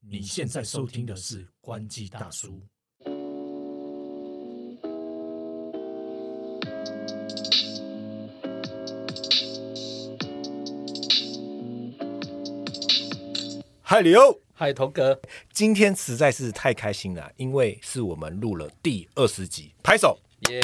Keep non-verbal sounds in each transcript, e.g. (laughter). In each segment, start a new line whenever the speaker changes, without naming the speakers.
你现在收听的是《关机大叔》。
嗨，李欧，
嗨，童哥，
今天实在是太开心了，因为是我们录了第二十集，拍手！
耶、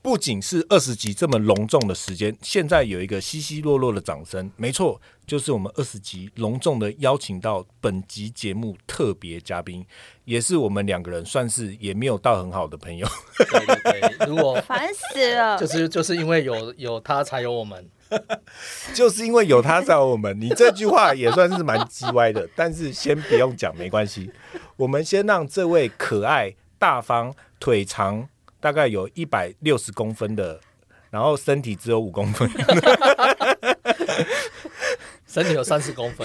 不仅是二十集这么隆重的时间，现在有一个稀稀落落的掌声。没错，就是我们二十集隆重的邀请到本集节目特别嘉宾，也是我们两个人算是也没有到很好的朋友。
对对对，如
(laughs)
果
烦死了
就！是就是因为有有他才有我们，
就是因为有他在我们，你这句话也算是蛮叽歪的，但是先不用讲，没关系。我们先让这位可爱、大方、腿长大概有一百六十公分的，然后身体只有五公分，
身体有三十公
(laughs)
分，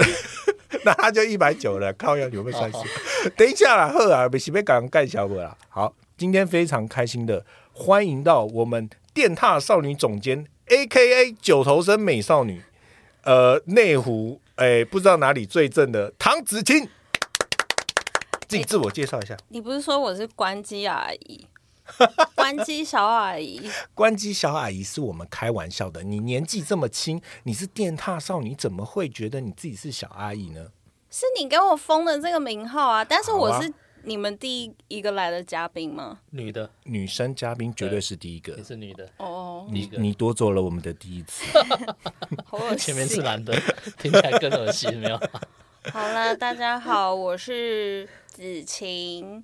那他就一百九
(laughs)
了，靠要有没有三十？ (laughs) 等一下啦，赫啊，别别赶盖小我啦。好，今天非常开心的欢迎到我们电踏少女总监 A K A 九头身美少女，呃，内湖哎、不知道哪里最正的唐子清，自己自我介绍一下，
你不是说我是关机阿姨，关机小阿姨？
关机小阿姨是我们开玩笑的，你年纪这么轻，你是电踏少女，怎么会觉得你自己是小阿姨呢？
是你给我封的这个名号啊！但是
好啊
我是你们第一个来的嘉宾吗？
女的
女生嘉宾绝对是第一个
也，是女的，
哦，
你
第一个
你夺走了我们的第一次。
好恶
前面
心
是。男的， (laughs) 听起来更恶
(laughs)
心，没有？
好啦，大家好，我是子晴，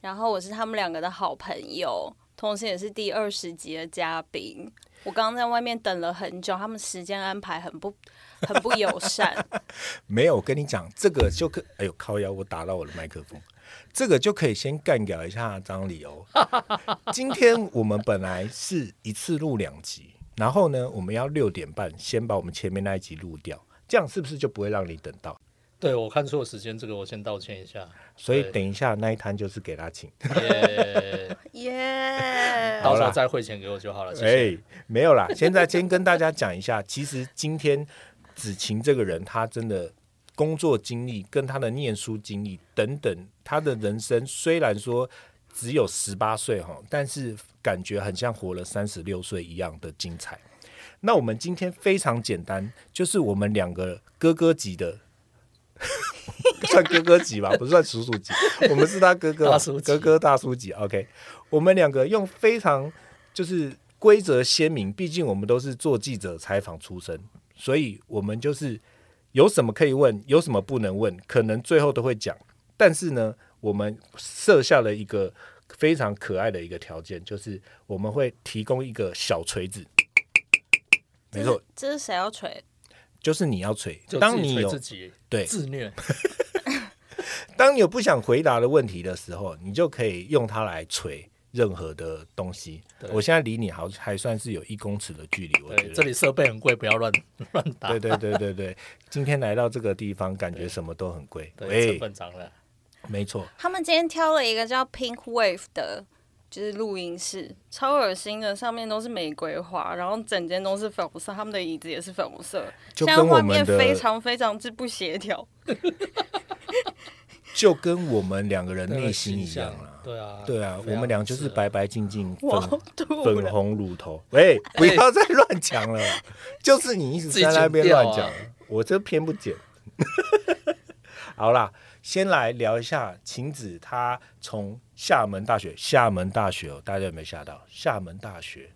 然后我是他们两个的好朋友，同时也是第二十集的嘉宾。我刚刚在外面等了很久，他们时间安排很不很不友善。
没有，我跟你讲，这个就可，哎呦靠腰，我打到我的麦克风，这个就可以先干掉一下张理由。今天我们本来是一次录两集，然后呢，我们要六点半先把我们前面那一集录掉，这样是不是就不会让你等到？
对我看错时间，这个我先道歉
(laughs)
一下。
所以
对
等一下那一摊就是给他请。
耶，
耶、
到时候再汇钱给我就好了，谢谢。
哎，没有啦，现在先跟大家讲一下，其实今天子晴这个人，她真的工作经历跟她的念书经历等等，她的人生虽然说只有十八岁哈，但是感觉很像活了三十六岁一样的精彩。那我们今天非常简单，就是我们两个哥哥级的。 (laughs) 算哥哥级吧，不算叔叔级，我们是他哥哥啊，
大叔级
哥哥大叔级。OK，我们两个用非常就是规则鲜明，毕竟我们都是做记者采访出身，所以我们就是有什么可以问，有什么不能问，可能最后都会讲。但是呢，我们设下了一个非常可爱的一个条件，就是我们会提供一个小锤子，没错，
这是谁要锤？
就是你要锤
就。
当
自己
你
捶
有
自己
对，
自虐，
当你有不想回答的问题的时候，你就可以用它来锤任何的东西。
对
我现在离你好还算是有一公尺的距离，我觉
对，
得
这里设备很贵，不要乱乱打，
对对对对对，今天来到这个地方，感觉什么都很贵。
对，
喂
成，本涨了。
没错，
他们今天挑了一个叫 Pink Wave 的，就是录音室，超恶心的，上面都是玫瑰花，然后整间都是粉红色，他们的椅子也是粉红色，
就
现
跟
在
我
画
们
面
的
非常非常之不协调。
就跟我们两个人
对
内心一
形象
样啦。
对啊，
对啊，
非
我们
常
俩就是白白净
(laughs)
净、
我
粉
吐
粉
了，
红乳头。喂，不要再乱讲了，就是你一直
哎自己
在那边
剪
乱
掉啊
讲，我这偏不剪。 (laughs) 好啦，先来聊一下晴子，她从厦门大学，厦门大学哦，大家有没有吓到？厦门大学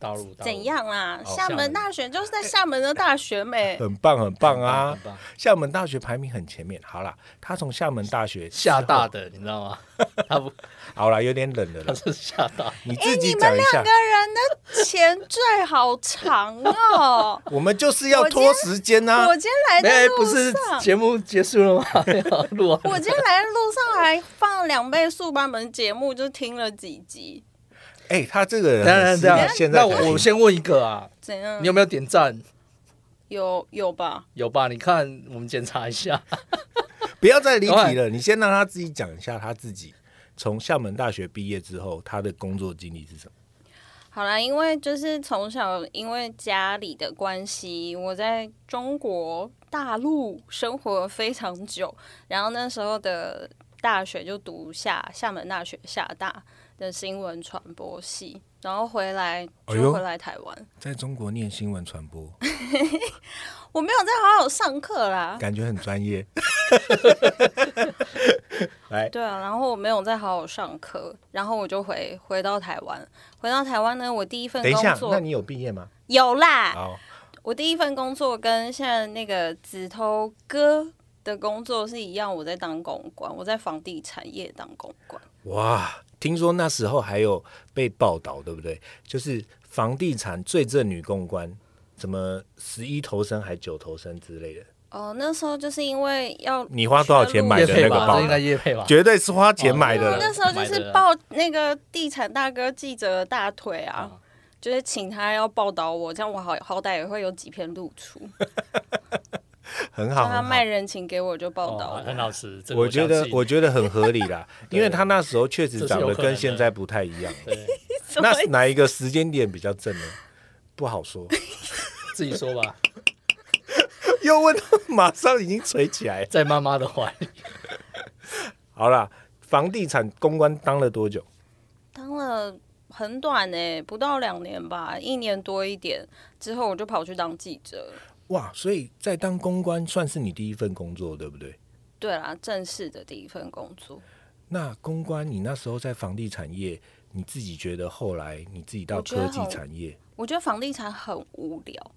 大陆大陆
怎样啦？
哦
厦
厦门
门大学就是在厦门的大学没？
很棒，很棒啊！
很棒
厦门大学排名很前面。好啦，她从厦门大学
吓
之后
大，的，你知道
(laughs)
吗？他不，
好啦，有点冷了
他 (laughs)
啦。
是吓大。
你
哎、
自己
你们
讲一下！
两个，人的前缀好长哦
(laughs) 我们就是要
我今
拖时间啊呐、
我今天来
哎、
的
不
路
是
上，
节目结束了吗？ (laughs) 没有录完了。
我今天来的路上还放两倍速把你们节目就听了几集，
哎、他这个人
当然
很
这样
私密，现在
那
才
我
听
我先问一个啊，
怎样？
你有没有点赞？
有有吧？
有吧？你看，我们检查一下。
不要再离题
赶
了，你先让他自己讲一下他自己从厦门大学毕业之后他的工作经历是什么。
好啦，因为就是从小因为家里的关系，我在中国大陆生活非常久，然后那时候的大学就读厦厦门大学厦大的新闻传播系，然后回来
哎呦
就回来台湾，
在中国念新闻传播，
我没有在好好上课啦。
感觉很专
(laughs)
业。来，
对啊，然后我没有在好好上课，然后我就回回到台湾。回到台湾呢，我第一份
等一
工
下，那
作啊
你有哦毕业吗？
有啦，
好，
我第一份工作跟现在那个子头哥的工作是一样，我在当公关，我在房地产业当公关。
哇，听说那时候还有被报道，对不对？就是房地产罪证女公关，什么十一头身还九头身之类的，
哦，那时候就是因为要
你花多少钱买
夜
的
叶
配
配
那个
吧，
报
这应该
道？
叶配吧？
绝对是花钱买的
哦
了。
那时候就是抱那个地产大哥记者的大腿啊，
嗯
就是请他要报道我，这样我好好歹也会有几篇露出，
很哦好，
让他
很好
卖人情给我就报道
哦
我。
很老实。这个
我觉
相
得 (laughs)
信
我觉得很合理啦，因为他那时候确实长得跟现在不太一
(laughs)
样。
对，
那哪一个时间点比较正呢？不好说。
(laughs) 自己说吧，
(laughs) 又问， (laughs) 马上已经垂起来了。
在妈妈的怀里。
好啦，房地产公关当了多久？
当了很短呢、不到两年吧，一年多一点。之后我就跑去当记者了。
哇，所以在当公关算是你第一份工作，对不对？
对啦，正式的第一份工作。
那公关，你那时候在房地产业，你自己觉得后来你自己到
我觉得
科
很
技产业，
我觉得房地产很无聊。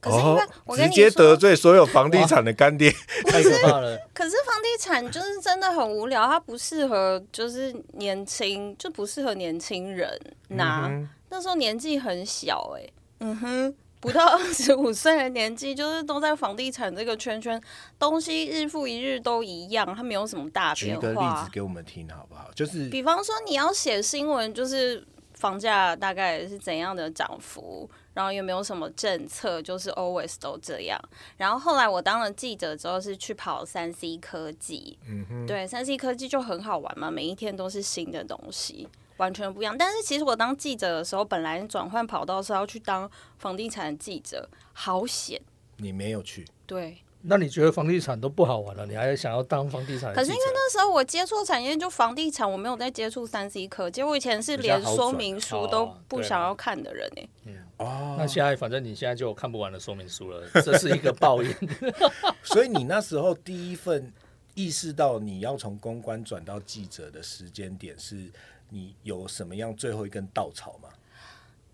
可是因为我跟
哦直
你
接
说，
得罪所有房地产的干爹，
太可怕了，
可是房地产就是真的很无聊，它不适合就是年轻，就不适合年轻人拿。
嗯
那时候年纪很小、欸，哎，嗯哼，不到二十五岁的年纪，就是都在房地产这个圈圈，东西日复一日都一样，它没有什么大
(laughs) 举一
变
个例子
化。
给我们听好不好？就是
比方说你要写新闻，就是房价大概是怎样的涨幅，然后有没有什么政策，就是 always 都这样。然后后来我当了记者之后，是去跑三 C 科技，对，三 C 科技就很好玩嘛，每一天都是新的东西。完全不一样，但是其实我当记者的时候，本来转换跑道是要去当房地产记者，好险，
你没有去，
对。
那你觉得房地产都不好玩了，你还想要当房地产的
可
记者？
是因为那时候我接触产业就房地产，我没有在接触三 C 科技，我以前是
比较
连
好
说
转
明书
哦
都不
对
想
啊
要看的人哎、
那现在反正你现在就有看不完的说明书了，这是一个报
(laughs)
应。
所以你那时候第一份意识到你要从公关转到记者的时间点，是你有什么样最后一根稻草吗？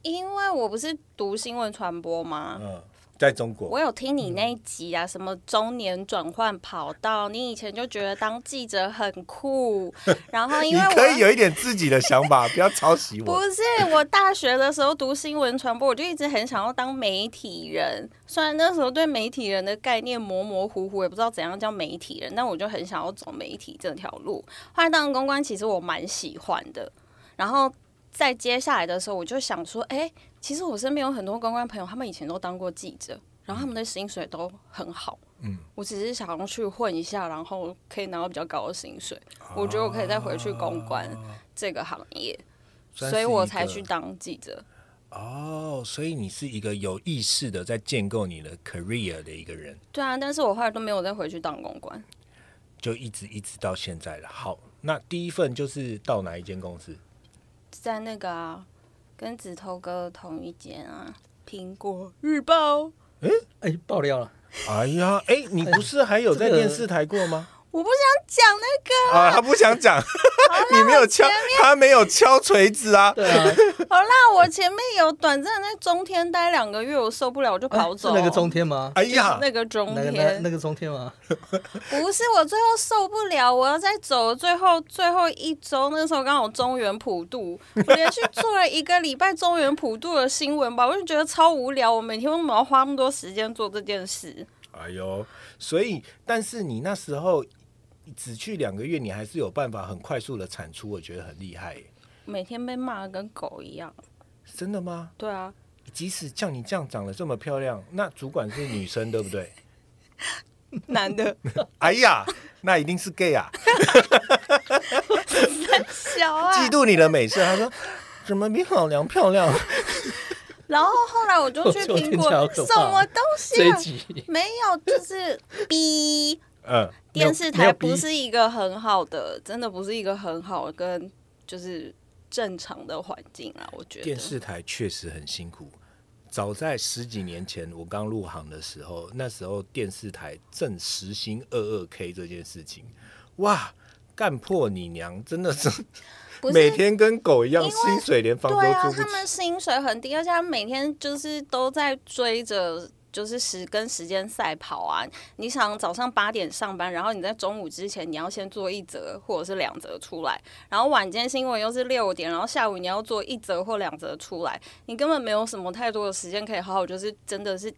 因为我不是读新闻传播吗？
嗯，在中
啊我
国，
有听你那一集啊，什么中年转换跑道，你以前就觉得当记者很酷，然后
(laughs)
因为我
一点自己的想法，不要抄袭
不。是我大学的时候读新闻传播，我就一直很想要当媒体人。虽然那时候对媒体人的概念模模糊糊，也不知道怎样叫媒体人，但我就很想要走媒体这条路。后来当公关，其实我蛮喜欢的。然后在接下来的时候，我就想说，哎、其实我身边有很多公关朋友，他们以前都当过记者，然后他们的薪水都很好。嗯，我只是想要去混一下，然后可以拿到比较高的薪水。我觉得我可以再回去公关这个行业。
算
所以
是
我
一
才
个
去当记者。
哦，所以你是一个有意识的在建构你的 career 的一个人，
对啊，但是我后来都没有再回去当公关。
就一直一直到现在了。好，那第一份就是到哪一间公司？
在那个啊，跟指头哥同一间啊，《苹果日报》。
哎，爆料了，
哎呀，哎、你不是还有在
这个
电视台过吗？
我不想讲那
(laughs)
个，
啊，他不想讲，你没有敲，他没有敲锤子啊。
对啊，
好啦，我前面有短暂在中天待两个月，我受不了，我就 (laughs) 跑走。
啊是那个中天吗？
哎
就是
呀，
那个中
那个那
天
那个中天吗？
不是我最后受不了，我要再走最后最后一周，那时候刚好中原普渡，我连续做了一个礼拜中原普渡的新闻吧，我就觉得超无聊，我每天为什么要花那么多时间做这件事？
哎呦，所以，但是你那时候只去两个月，你还是有办法很快速的产出，我觉得很厉害耶。
每天被骂的跟狗一样。
真的吗？
对 (laughs) 啊，
即使像你这样长得这么漂亮，那主管是女生对不对？
男的
哎呀，那一定是 gay 啊！
小啊，啊
嫉妒你的美色，他说：“怎么比老娘漂亮？
然后后来
(laughs)
我就去
这我听
苹
起来
果
好，可
什
怕
么东西
这一
啊？
集
没有，就是 B
嗯， (laughs) 没有
电视
没
台
有逼
不是一个很好的，真的不是一个很好跟就是正常的环境啊，我觉得
电视台确实很辛苦。早在十几年前，我刚入行的时候，那时候电视台正实行二二 K 这件事情，哇，干破你娘！真的是
不
每
是
天跟狗一样，
因为
薪水连房租
对啊，
都租
他
不起。
们薪水很低，而且他们每天就是都在追着。就是时跟时间赛跑啊！你想早上八点上班，然后你在中午之前你要先做一则或者是两则出来，然后晚间新闻又是六点，然后下午你要做一则或两则出来，你根本没有什么太多的时间可以好好就是真的是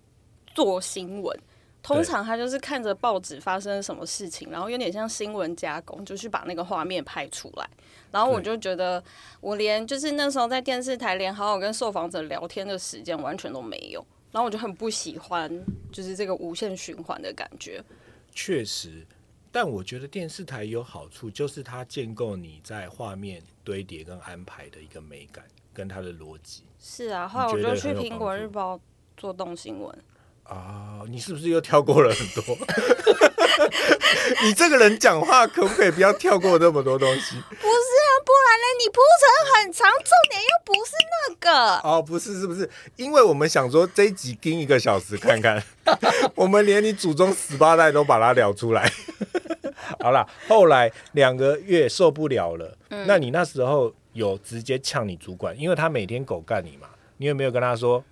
做新闻。通常他就是看着报纸发生什么事情，然后有点像新闻加工，就去把那个画面拍出来。然后我就觉得，我连就是那时候在电视台连好好跟受访者聊天的时间完全都没有，然后我就很不喜欢就是这个无限循环的感觉。
确实，但我觉得电视台有好处，就是它建构你在画面堆叠跟安排的一个美感，跟它的逻辑
是啊，后来我
你觉
就
得
去
很有
苹果
帮助
日报做动新闻，
啊、你是不是又跳过了很多？ (laughs) 你这个人讲话可不可以不要跳过那么多东西？
不是啊，不然呢？你铺陈很长，重点又不是那个。
哦，不是，是不是？因为我们想说这一集盯一个小时看看， (laughs) 我们连你祖宗十八代都把它聊出来。 (laughs) 好啦，后来两个月受不了了，那你那时候有直接呛你主管，因为他每天狗干你嘛，你有没有跟他说？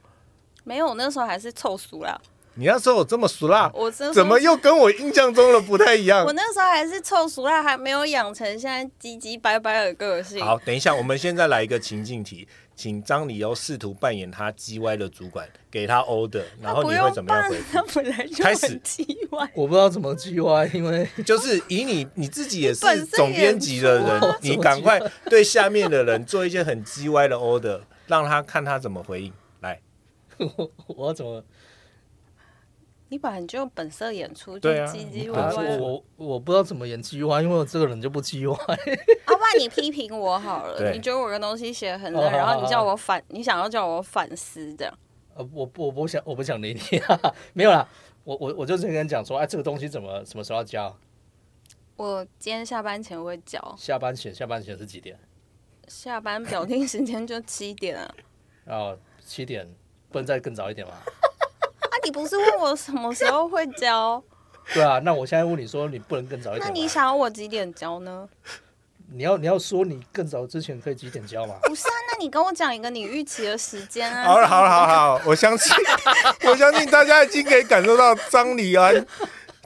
没有，我那时候还是凑熟啦。
你那时候有这么俗辣，
我真的
怎么又跟我印象中的不太一样
我？那时候还是臭熟辣，还没有养成现在唧唧掰掰的个性。
好，等一下，我们现在来一个情境题，请张理由试图扮演他 G Y 的主管，给他 order，然
他
后
不
你会
用
怎么样
办
回复，？
他本来就
开始
很奇怪。
我不知道怎么计划，因为 (laughs)
就是以你你自己也是
(laughs) 本身也
总编辑的
很粗
人
啊，
你赶快对下面的人做一些很 G Y 的 order，让他看他怎么回应。来，
我我要怎么，
你本来就本色演出，就
对啊
唧
你
唧
本
歪
来
啊、
歪
我
的。
我我不知道怎么演计划，因为我这个人就不计划。 (laughs)
(laughs) 阿爸，哦你批评我好了，
对
你觉得我的东西写得很
哦
烂，
好
然后
好
你叫我反，你想要叫我反思这样。
呃，我不我不想我不想理你、 (laughs) 哈哈，没有啦，我我我就直接跟你讲说，哎、这个东西怎么什么时候要交？
我今天下班前会交，
下班前下班前是几点？
下班表定时间就七点啊。
然后七点，不能再更早一点吗？
啊，你不是问我什么时候会交？
(laughs) 对啊，那我现在问你说，你不能更早一点
那
吗？
你想要我几点交呢？
你要你要说你更早之前可以几点交
(laughs)
嘛？
不是啊，那你跟我讲一个你预期的时间啊。
好了，好了，好了，好了，我相信， (laughs) 我相信大家已经可以感受到张理安，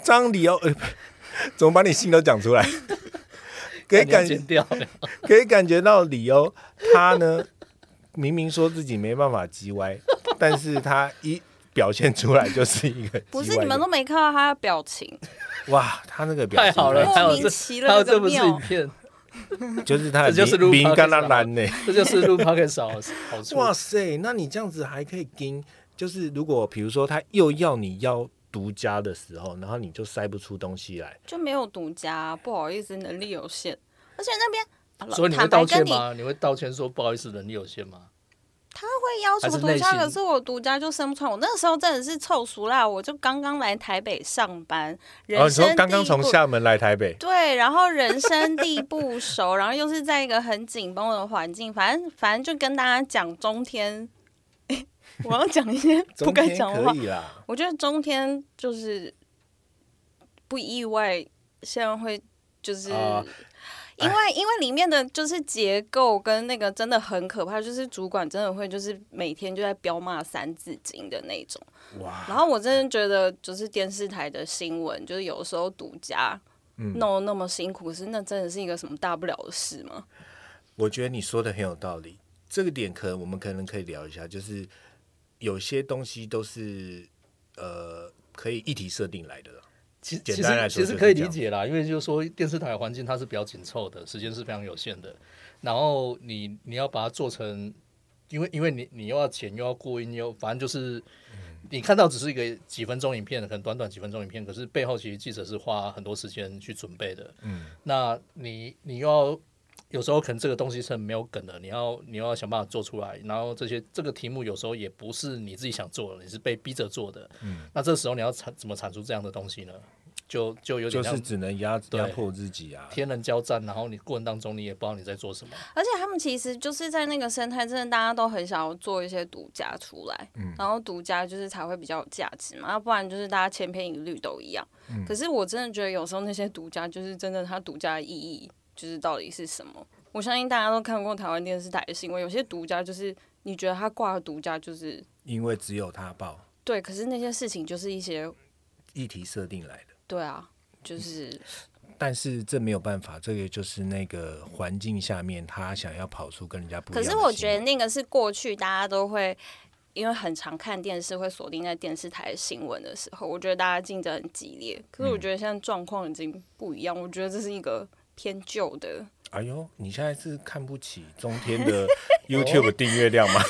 张理哦，呃怎么把你姓都讲出来？可以 (laughs)
那你要
感
剪掉了。
可以感觉到理由，他呢明明说自己没办法叽歪，但是他一表现出来就是一个
不
叽
是
歪
你们
的
都没看到他的表情，
哇，他那个表
太
情
好了，还
莫
有
名
这
其
还
妙
有
的
这部是
妙
影片，
就是他的
这就是
敏
Luke
敏感
Podcast
他
嘛
难呢。
这就是录 podcast 好好处。
哇塞，那你这样子还可以跟，就是如果比如说他又要你要独家的时候，然后你就塞不出东西来，
就没有独家啊、不好意思，能力有限。而且那边，好了
所以你会
坦白
道
跟
歉
你
吗？你会道歉说不好意思，能力有限吗？
他会要求独
还是内
家，
心
可是我独家就生不出来。我那时候真的是凑熟啦，我就刚刚来台北上班，人
哦，你
生地
说
不
刚刚从厦门来台北，
对，然后人生地不熟，然后又是在一个很紧绷的环境，反正反正就跟大家讲中天， (laughs) 我要讲一些不该讲的
中
话
天可。以啦，
我觉得中天就是不意外，现在会就是。
啊
因为因为里面的就是结构跟那个真的很可怕，就是主管真的会就是每天就在彪骂《三字经》的那种。
哇，
然后我真的觉得就是电视台的新闻，就是有时候独家
嗯
弄得那么辛苦，可是那真的是一个什么大不了的事吗？
我觉得你说的很有道理，这个点可能我们可能可以聊一下，就是有些东西都是呃可以议题设定来的啦。
其
简
其
单来
实
说
其
就
实
是
可以
这
理
样
解啦，因为就是说电视台的环境它是比较紧凑的，时间是非常有限的。然后你你要把它做成，因为因为你你又要剪又要过音又反正就是
嗯
你看到只是一个几分钟影片，可能短短几分钟影片，可是背后其实记者是花很多时间去准备的。嗯，那你你又要有时候可能这个东西是很没有梗的，你要你要想办法做出来。然后这些这个题目有时候也不是你自己想做的，你是被逼着做的。嗯，那这时候你要产怎么产出这样的东西呢？就就有
就
点
是
像
只能压
对
压迫自己啊。
天人交战，然后你过程当中你也不知道你在做什么。
而且他们其实就是在那个生态，真的大家都很想要做一些独家出来，然后独家就是才会比较有价值嘛，要不然就是大家千篇一律都一样。可是我真的觉得有时候那些独家，就是真的它独家的意义就是到底是什么？我相信大家都看过台湾电视台的新闻，有些独家就是你觉得它挂的独家就是
因为只有他报
对，可是那些事情就是一些
议题设定来的，
对啊，就是
但是这没有办法，这个就是那个环境下面他想要跑出跟人家不一
可
样。
是我觉得，那个是过去大家都会，因为很常看电视，会锁定在电视台新闻的时候，我觉得大家竞争很激烈。可是我觉得现在状况已经不一样，我觉得这是一个偏旧的。
哎呦，你现在是看不起中天的 (laughs) YouTube 订阅量吗？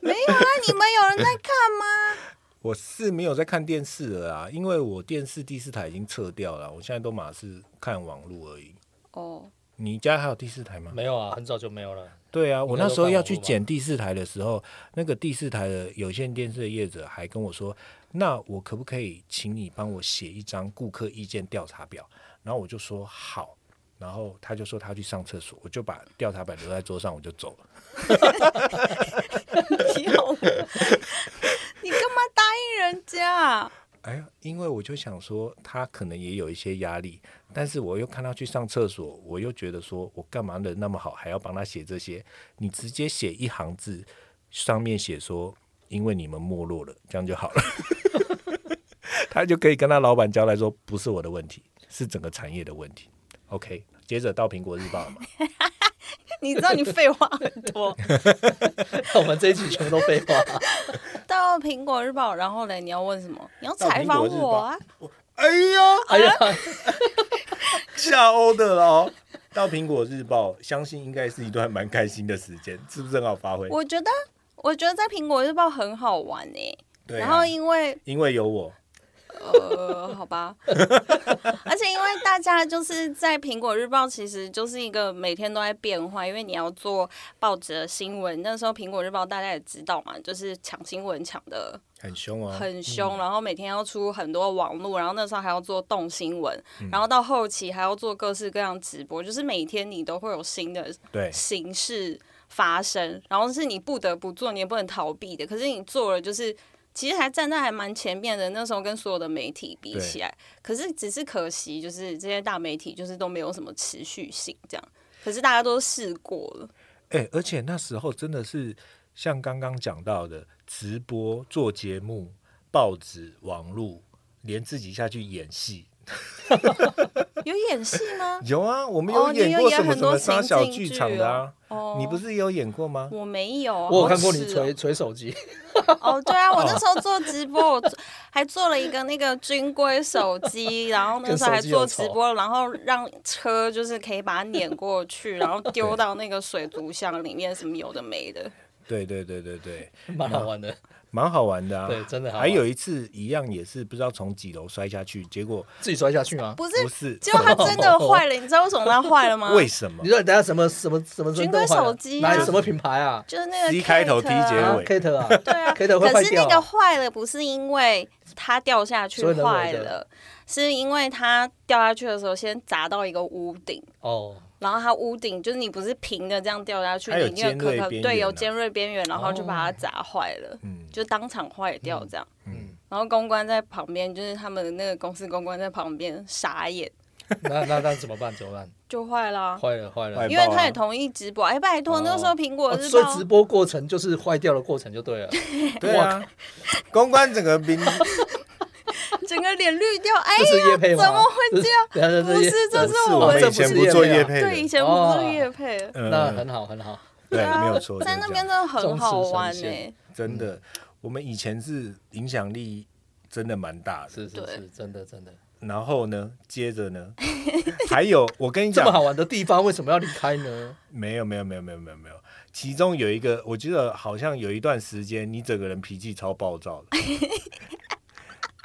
没有啦，你们有人在看吗？
我是没有在看电视了啊，因为我电视第四台已经撤掉了，我现在都马是看网络而已。
哦， (laughs)
你家还有第四台吗？
没有啊，很早就没有了。 (laughs)
对啊，我那时候要去
应该都看网
剪
络
第四台的时候，那个第四台的有线电视的业者还跟我说：“那我可不可以请你帮我写一张顾客意见调查表？”然后我就说好，然后他就说他去上厕所，我就把调查表留在桌上，我就走了。
你好， (laughs) 你干嘛答应人家啊？ (laughs)
哎呀，因为我就想说他可能也有一些压力，但是我又看他去上厕所，我又觉得说我干嘛人那么好，还要帮他写这些？你直接写一行字，上面写说因为你们没落了，这样就好了。 (laughs) 他就可以跟他老板交代说不是我的问题，是整个产业的问题。OK，接着到苹果日报嘛，
你知道你废话很多。
我们这一集全部都废话。
到苹果日报，然后嘞，你要问什么？你要
到
采
苹
访
果日
我啊？
(laughs) 哎呦，
哎呀，
下欧的了哦。到苹果日报，相信应该是一段蛮开心的时间，是不是很好发挥？
我觉得，我觉得在苹果日报很好玩呢、
对啊
然后因为
因为有我，
呃，好吧。 (laughs) 而且因为大家就是在苹果日报，其实就是一个每天都在变化，因为你要做报纸的新闻。那时候苹果日报大家也知道嘛，就是抢新闻抢的
很凶哦，
很凶，然后每天要出很多网路，然后那时候还要做动新闻，然后到后期还要做各式各样直播，就是每天你都会有新的
对，
形式发生，然后是你不得不做，你也不能逃避的。可是你做了，就是其实还站在还蛮前面的。那时候跟所有的媒体比起来，可是只是可惜，就是这些大媒体就是都没有什么持续性这样。可是大家都试过了，
哎、而且那时候真的是像刚刚讲到的，直播、做节目、报纸、网络，连自己下去演戏。？
有演戏吗
有啊，我们
哦
有
你
演
有
过
演
什么
很
什
多
么沙
情
小
境
剧
剧
场的啊？
哦嗯
你不是也有演过吗？
我没有，
我有
好
看过你
耻哦
捶捶手机，
哦，对啊，我那时候做直播，我做还做了一个那个军规手机，然后那时候还做直播，然后让车就是可以把它碾过去，然后丢到那个水族箱里面，什么有的没的。
对对对对对，
蛮好玩
嗯
的，
蛮好玩的啊。
对真的好玩
还有一次一样也是不知道从几楼摔下去，结果
自己摔下去吗？
不是，
不是，哦
结果它真的坏了，你知道为什么它坏了吗？
(laughs) 为什么
你？说你等下什么什么什么
军
人
规
都坏了
手机啊
哪有什么品牌啊？
就是那个
C 开头
Kate
T 结尾
啊
啊，Kate 啊，
对啊，
，Kate 会坏
可是
掉
那个
啊。
坏了不是因为它掉下去
所以能
坏
回的
了，是因为它掉下去的时候先砸到一个屋顶。
哦，
然后它屋顶就是你不是平的这样掉下去，
它有
你一定要
尖锐
磕磕
边
对，
缘
有
啊
尖锐边缘，然后就把它砸坏了，
嗯
就当场坏掉这样。
嗯，
然后公关在旁边，就是他们的那个公司公关在旁边傻眼，
(laughs) 那那那怎么办？怎么办？
就坏了啊、
坏了，坏了
坏。
因为
爆啊
他也同意直播，哎，拜托，
哦
那时候苹果
哦
日
所以
报
直播过程就是坏掉的过程就对了。
哎
对啊，公关整个兵
整个脸绿掉，哎
(laughs) 这是叶配
呀，
吗？
怎么会这样？
等一下？
不
这
是
是
(laughs) 这
这
是
是
我
我
们
们以
这不
前
是
不做
业
业
配啊
配的，
对以前不做业配，
嗯
那很好，很好。
对，
啊
没有错，
在那
就是这样
边真的很好玩欸
重视
呢、
神仙
真的，我们以前是影响力真的蛮大的。
是是
对
是，真的真的。
然后呢，接着呢，还有我跟你
这
讲
么，好玩的地方为什么要离
(laughs)
开呢？
没有没有没有没有没有没有，其中有一个，我记得好像有一段时间，你整个人脾气超暴躁的，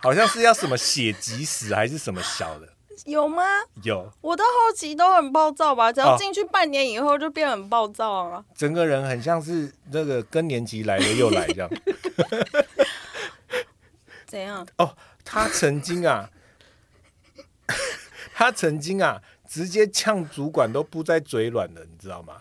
好像是要什么血急死还是什么小的，
有吗？
有
我到后期都很暴躁吧，只
哦
要进去半年以后就变很暴躁啊。
整个人很像是那个更年期来了又来这样。
怎样？
哦他曾经啊， (laughs) 他曾经啊，直接呛主管都不再嘴软了，你知道吗？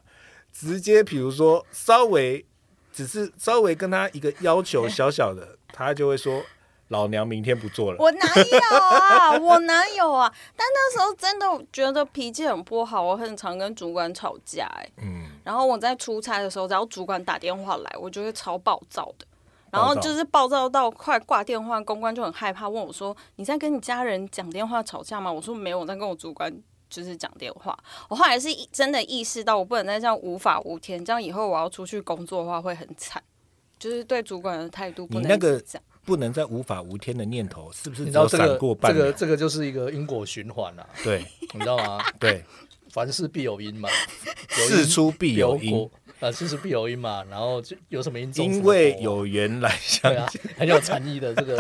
直接比如说稍微只是稍微跟他一个要求小小的，他就会说老娘明天不做了。
我哪有啊？我哪有啊？但那时候真的觉得脾气很不好，我很常跟主管吵架、欸。
嗯，
然后我在出差的时候，只要主管打电话来，我就会超暴躁的。
暴
然
躁
后就是暴躁到快挂电话，公关就很害怕，问我说：“你在跟你家人讲电话吵架吗？”我说：“没有，我在跟我主管就是讲电话。”我后来是意真的意识到，我不能再这样无法无天，这样以后我要出去工作的话会很惨，就是对主管的态度不
你
能
那个
是这样。
不能再无法无天的念头，是不是
你
只
知道
有
这
闪
个
过
这
半秒？
个这个就是一个因果循环啊，
对
你知道吗？ (laughs)
对，
凡事必有因嘛，有因
事出必有因
果，，呃，事出必有因嘛，然后就有什么因种什
因
么
为
果啊
有缘来相
对啊，很有禅意的这个，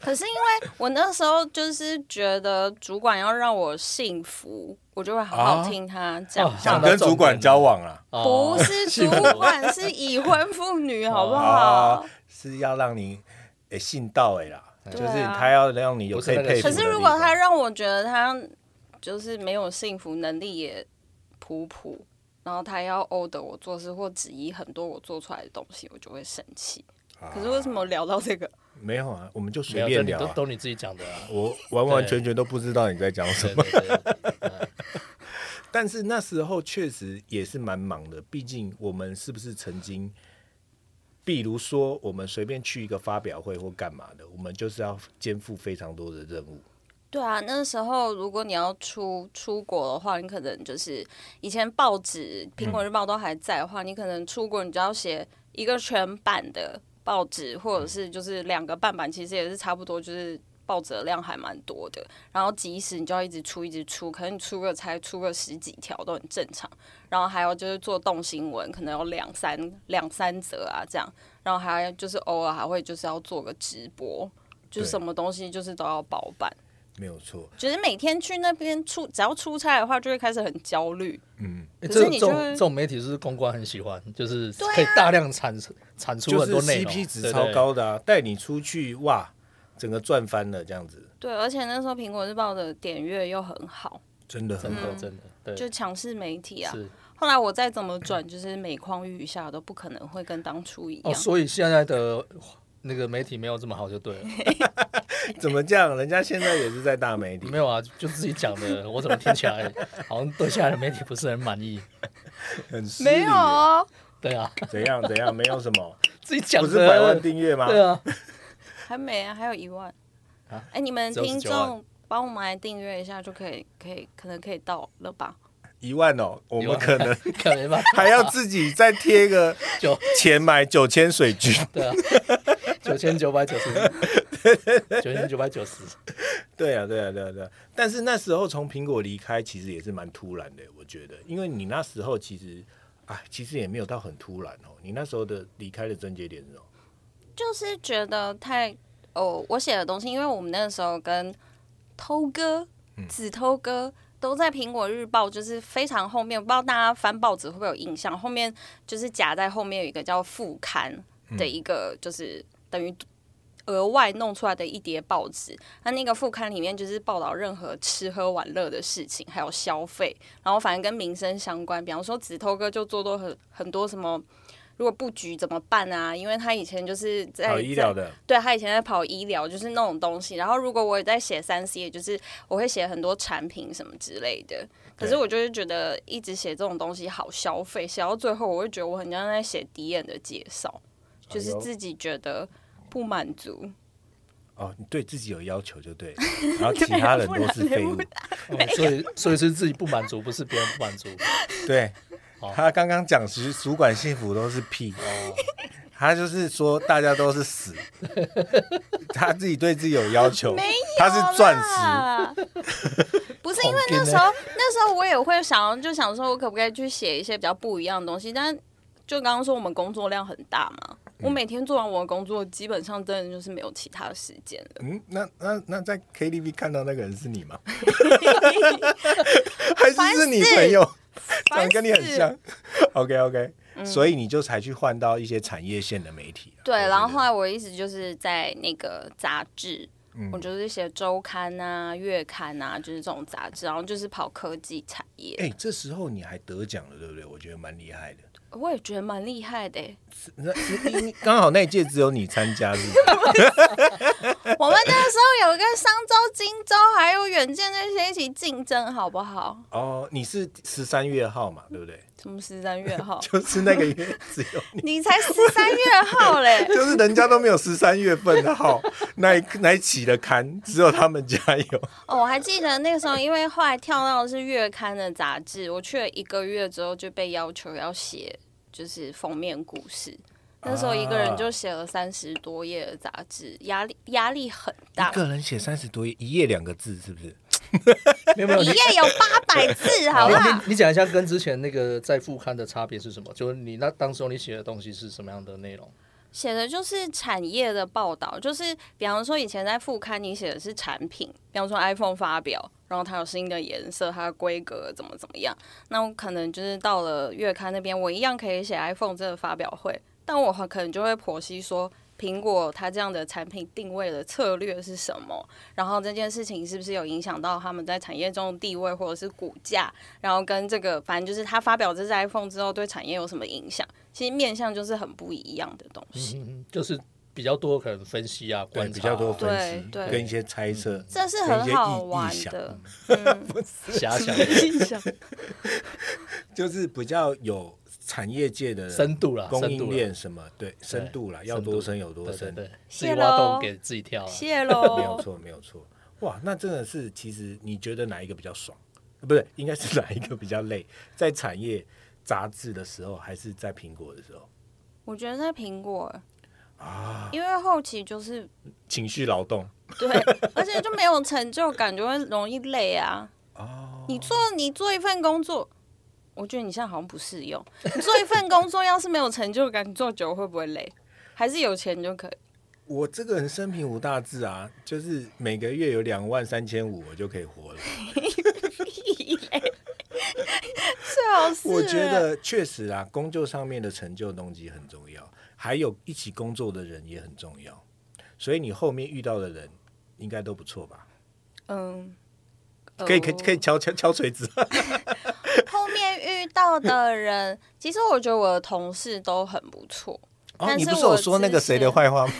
可是因为我那时候就是觉得主管要让我幸福，我就会好
啊哦
好听他讲
啊
话。
想跟主管交往啊，
哦
不是主
幸福
管，是已婚妇女，好不
啊
好？，
是要让你诶信到诶啦，就
对
是
啊
他要让你有
不
可
是
以
那个
佩服
可
的地方。
是如果他让我觉得他就是没有幸福能力也普普，然后他要 order 我做事或质疑很多我做出来的东西，我就会生气。
啊
可是为什么聊到这个？
没有啊，我们就
没
随
有，这
便
你
聊
都
啊，
都你自己讲的啊。
我完完全全都不知道你在讲什
对
么。
对对，
但是那时候确实也是蛮忙的，毕竟我们是不是曾经，比如说我们随便去一个发表会或干嘛的，我们就是要肩负非常多的任务。
对啊，那时候如果你要出出国的话，你可能就是以前报纸《苹果日报》都还在的话，你可能出国你就要写一个全版的报纸，或者是就是两个半版，其实也是差不多，就是报纸的量还蛮多的。然后即使你就要一直出，一直出，可能你出个才出个十几条都很正常。然后还有就是做动新闻，可能有两三两三则啊这样，然后还就是偶尔还会就是要做个直播，就
对
是什么东西就是都要包办。
没有错，
就是每天去那边出，只要出差的话，就会开始很焦虑。
诶这
可是
种
你
这
就
种
会
这种媒体是公关很喜欢，就是
啊
可以大量产产出
就
很
是
多内容
CP 值
对
超
对
高的啊，带你出去哇，整个赚翻了这样子，
对，而且那时候《苹果日报》的点阅又很好，
真的很
真
好。
的真的，对，
就强势媒体啊。
是
后来我再怎么转，就是每况愈下，都不可能会跟当初一
哦，
样。
所以现在的那个媒体没有这么好就对了，
怎么这样？人家现在也是在大媒体
没，有啊，就自己讲的，我怎么听起来 (laughs) 好像对现在的媒体不是很满意？
很失礼
没有哦，
对啊，
怎样怎样，没有什么，
自己讲
不
的，
是百万订阅吗？
对啊，
还没啊，还有一万。哎、
啊
你们
只有
听
19万
众帮我们来订阅一下，就可以，可以，可能可以到了吧？
一万哦，我们可能
可能吧，
(laughs) 还要自己再贴个
九
钱买九千水军。
对啊， (laughs) 九千九百九十，
(laughs)
九千九百九十，
对啊，对啊，对啊，对啊。但是那时候从苹果离开，其实也是蛮突然的，我觉得，因为你那时候其实，哎，其实也没有到很突然哦。你那时候的离开的症结点是什么？
就是觉得太哦，我写的东西，因为我们那时候跟偷哥、
嗯
子偷哥都在《苹果日报》，就是非常后面，我不知道大家翻报纸会不会有印象，后面就是夹在后面有一个叫副刊
嗯
的一个，就是等于。额外弄出来的一叠报纸，那那个副刊里面就是报道任何吃喝玩乐的事情，还有消费，然后反正跟民生相关，比方说子偷哥就做多很很多什么，如果布局怎么办啊？因为他以前就是哎在
搞哦医疗的，
对他以前在跑医疗，就是那种东西。然后如果我也在写三 C，也就是我会写很多产品什么之类的。可是
对
我就是觉得一直写这种东西好消费，写到最后我会觉得我很像在写敌人的介绍，就是
哎呦
自己觉得不满足。
哦，你对自己有要求就对了，然后其他人都是废物。
哦所以所以是自己不满足，不是别人不满足。
(laughs) 对，他刚刚讲其实主管幸福都是屁，他就是说大家都是死，他自己对自己有要求，他是钻石，
啊， (laughs) 不是因为那时候，那时候我也会想要，就想说我可不可以去写一些比较不一样的东西，但就刚刚说我们工作量很大嘛，我
嗯
每天做完我的工作，基本上真的就是没有其他时间了。
嗯，那那那在 KTV 看到那个人是你吗？
(laughs)
还是是你朋友？ (laughs) 长得跟你很像。OK OK，、所以你就才去换到一些产业线的媒体了。啊
(laughs) 嗯对，
我觉
然后
得
后来我一直就是在那个杂志，
嗯
我就是写周刊啊、月刊啊，就是这种杂志，然后就是跑科技产业，
哎、这时候你还得奖了，对不对？我觉得蛮厉害的。
我也觉得蛮厉害
(laughs)
的欸。
那你你刚好那一届只有你参加，是不是
我们那个时候有跟商周、荆州还有远见那些一起竞争，好不好？
哦，你是十三月号嘛，对不对？？
什么十三月号
(laughs) 就是那个月只有你，
你才十三月号嘞！
就是人家都没有十三月份的
(laughs)
号，那一那一期的刊只有他们家有。
哦，我还记得那个时候，因为后来跳到的是月刊的杂志，我去了一个月之后就被要求要写就是封面故事。那时候一个人就写了三十多页的杂志，压力压力很大
一，个人写三十多页，一页两个字，是不是？
没有
(laughs)
没有，
一
你
页有八百字，好不好
你？你讲一下跟之前那个在副刊的差别是什么？就是你那当时候你写的东西是什么样的内容？
写的就是产业的报道，就是比方说以前在副刊你写的是产品，比方说 iPhone 发表，然后它有新的颜色，它的规格怎么怎么样。那我可能就是到了月刊那边，我一样可以写 iPhone 这个发表会，但我可能就会剖析说。苹果它这样的产品定位的策略是什么？然后这件事情是不是有影响到他们在产业中的地位或者是股价？然后跟这个，反正就是它发表这支 iPhone 之后对产业有什么影响？其实面向就是很不一样的东西。
嗯，就是比较多可能分析啊，观
对，比
察啊
较多分析
对对
跟一些猜测。
这是很好玩的，嗯，
遐想
印象
就是比较有产业界的
深度啦，
供
深
应
度啦
链什么，对，深度啦，要多深有多
对对
深，
对，自
谢
己挖
咯
洞给自己跳
(laughs)
啊。
(laughs) 谢
没有
喽。
错，没有错。哇，那真的是，其实你觉得哪一个比较爽？呃不是，应该是哪一个比较累？在产业杂志的时候，还是在苹果的时候？
我觉得在苹果，因为后期就是
情绪劳动，
对，而且就没有成就感，就会容易累啊。
哦
你做你做一份工作，我觉得你现在好像不适用。你做一份工作，要是没有成就感，你做久了会不会累？还是有钱就可以？
我这个人生平无大志啊，就是每个月有两万三千五，我就可以活了。
最好是
我觉得确实啊，工作上面的成就动机很重要，还有一起工作的人也很重要。所以你后面遇到的人应该都不错吧？
嗯，
可以可以可以敲敲敲锤子，
呃后面遇到的人，其实我觉得我的同事都很不错。
哦，
但
你
是
不是有
我
说
之
那个谁的
前
坏话吗？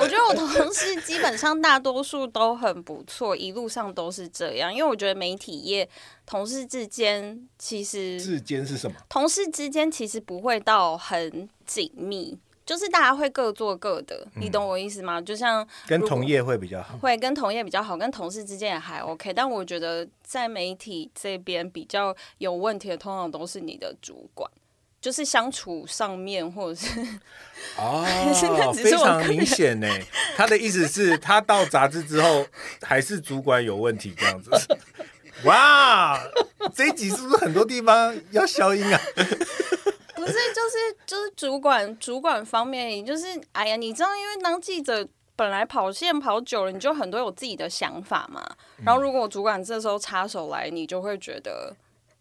我觉得我同事基本上大多数都很不错，一路上都是这样。因为我觉得媒体业同事之间其实
志坚是什么？
同事之间其实不会到很紧密，就是大家会各做各的，你懂我意思吗？就像
跟
如果
同业会比较好。
会跟同业比较好，跟同事之间也还 OK。但我觉得在媒体这边比较有问题的，通常都是你的主管，就是相处上面或者是
哦
只
非
是我
常
个
明显呢。他的意思是，他到杂志之后还是主管有问题这样子。哇，这一集是不是很多地方要消音啊？
不是，就是就是主管主管方面，就是哎呀，你知道，因为当记者本来跑线跑久了，你就很多有自己的想法嘛。
嗯
然后如果主管这时候插手来，你就会觉得。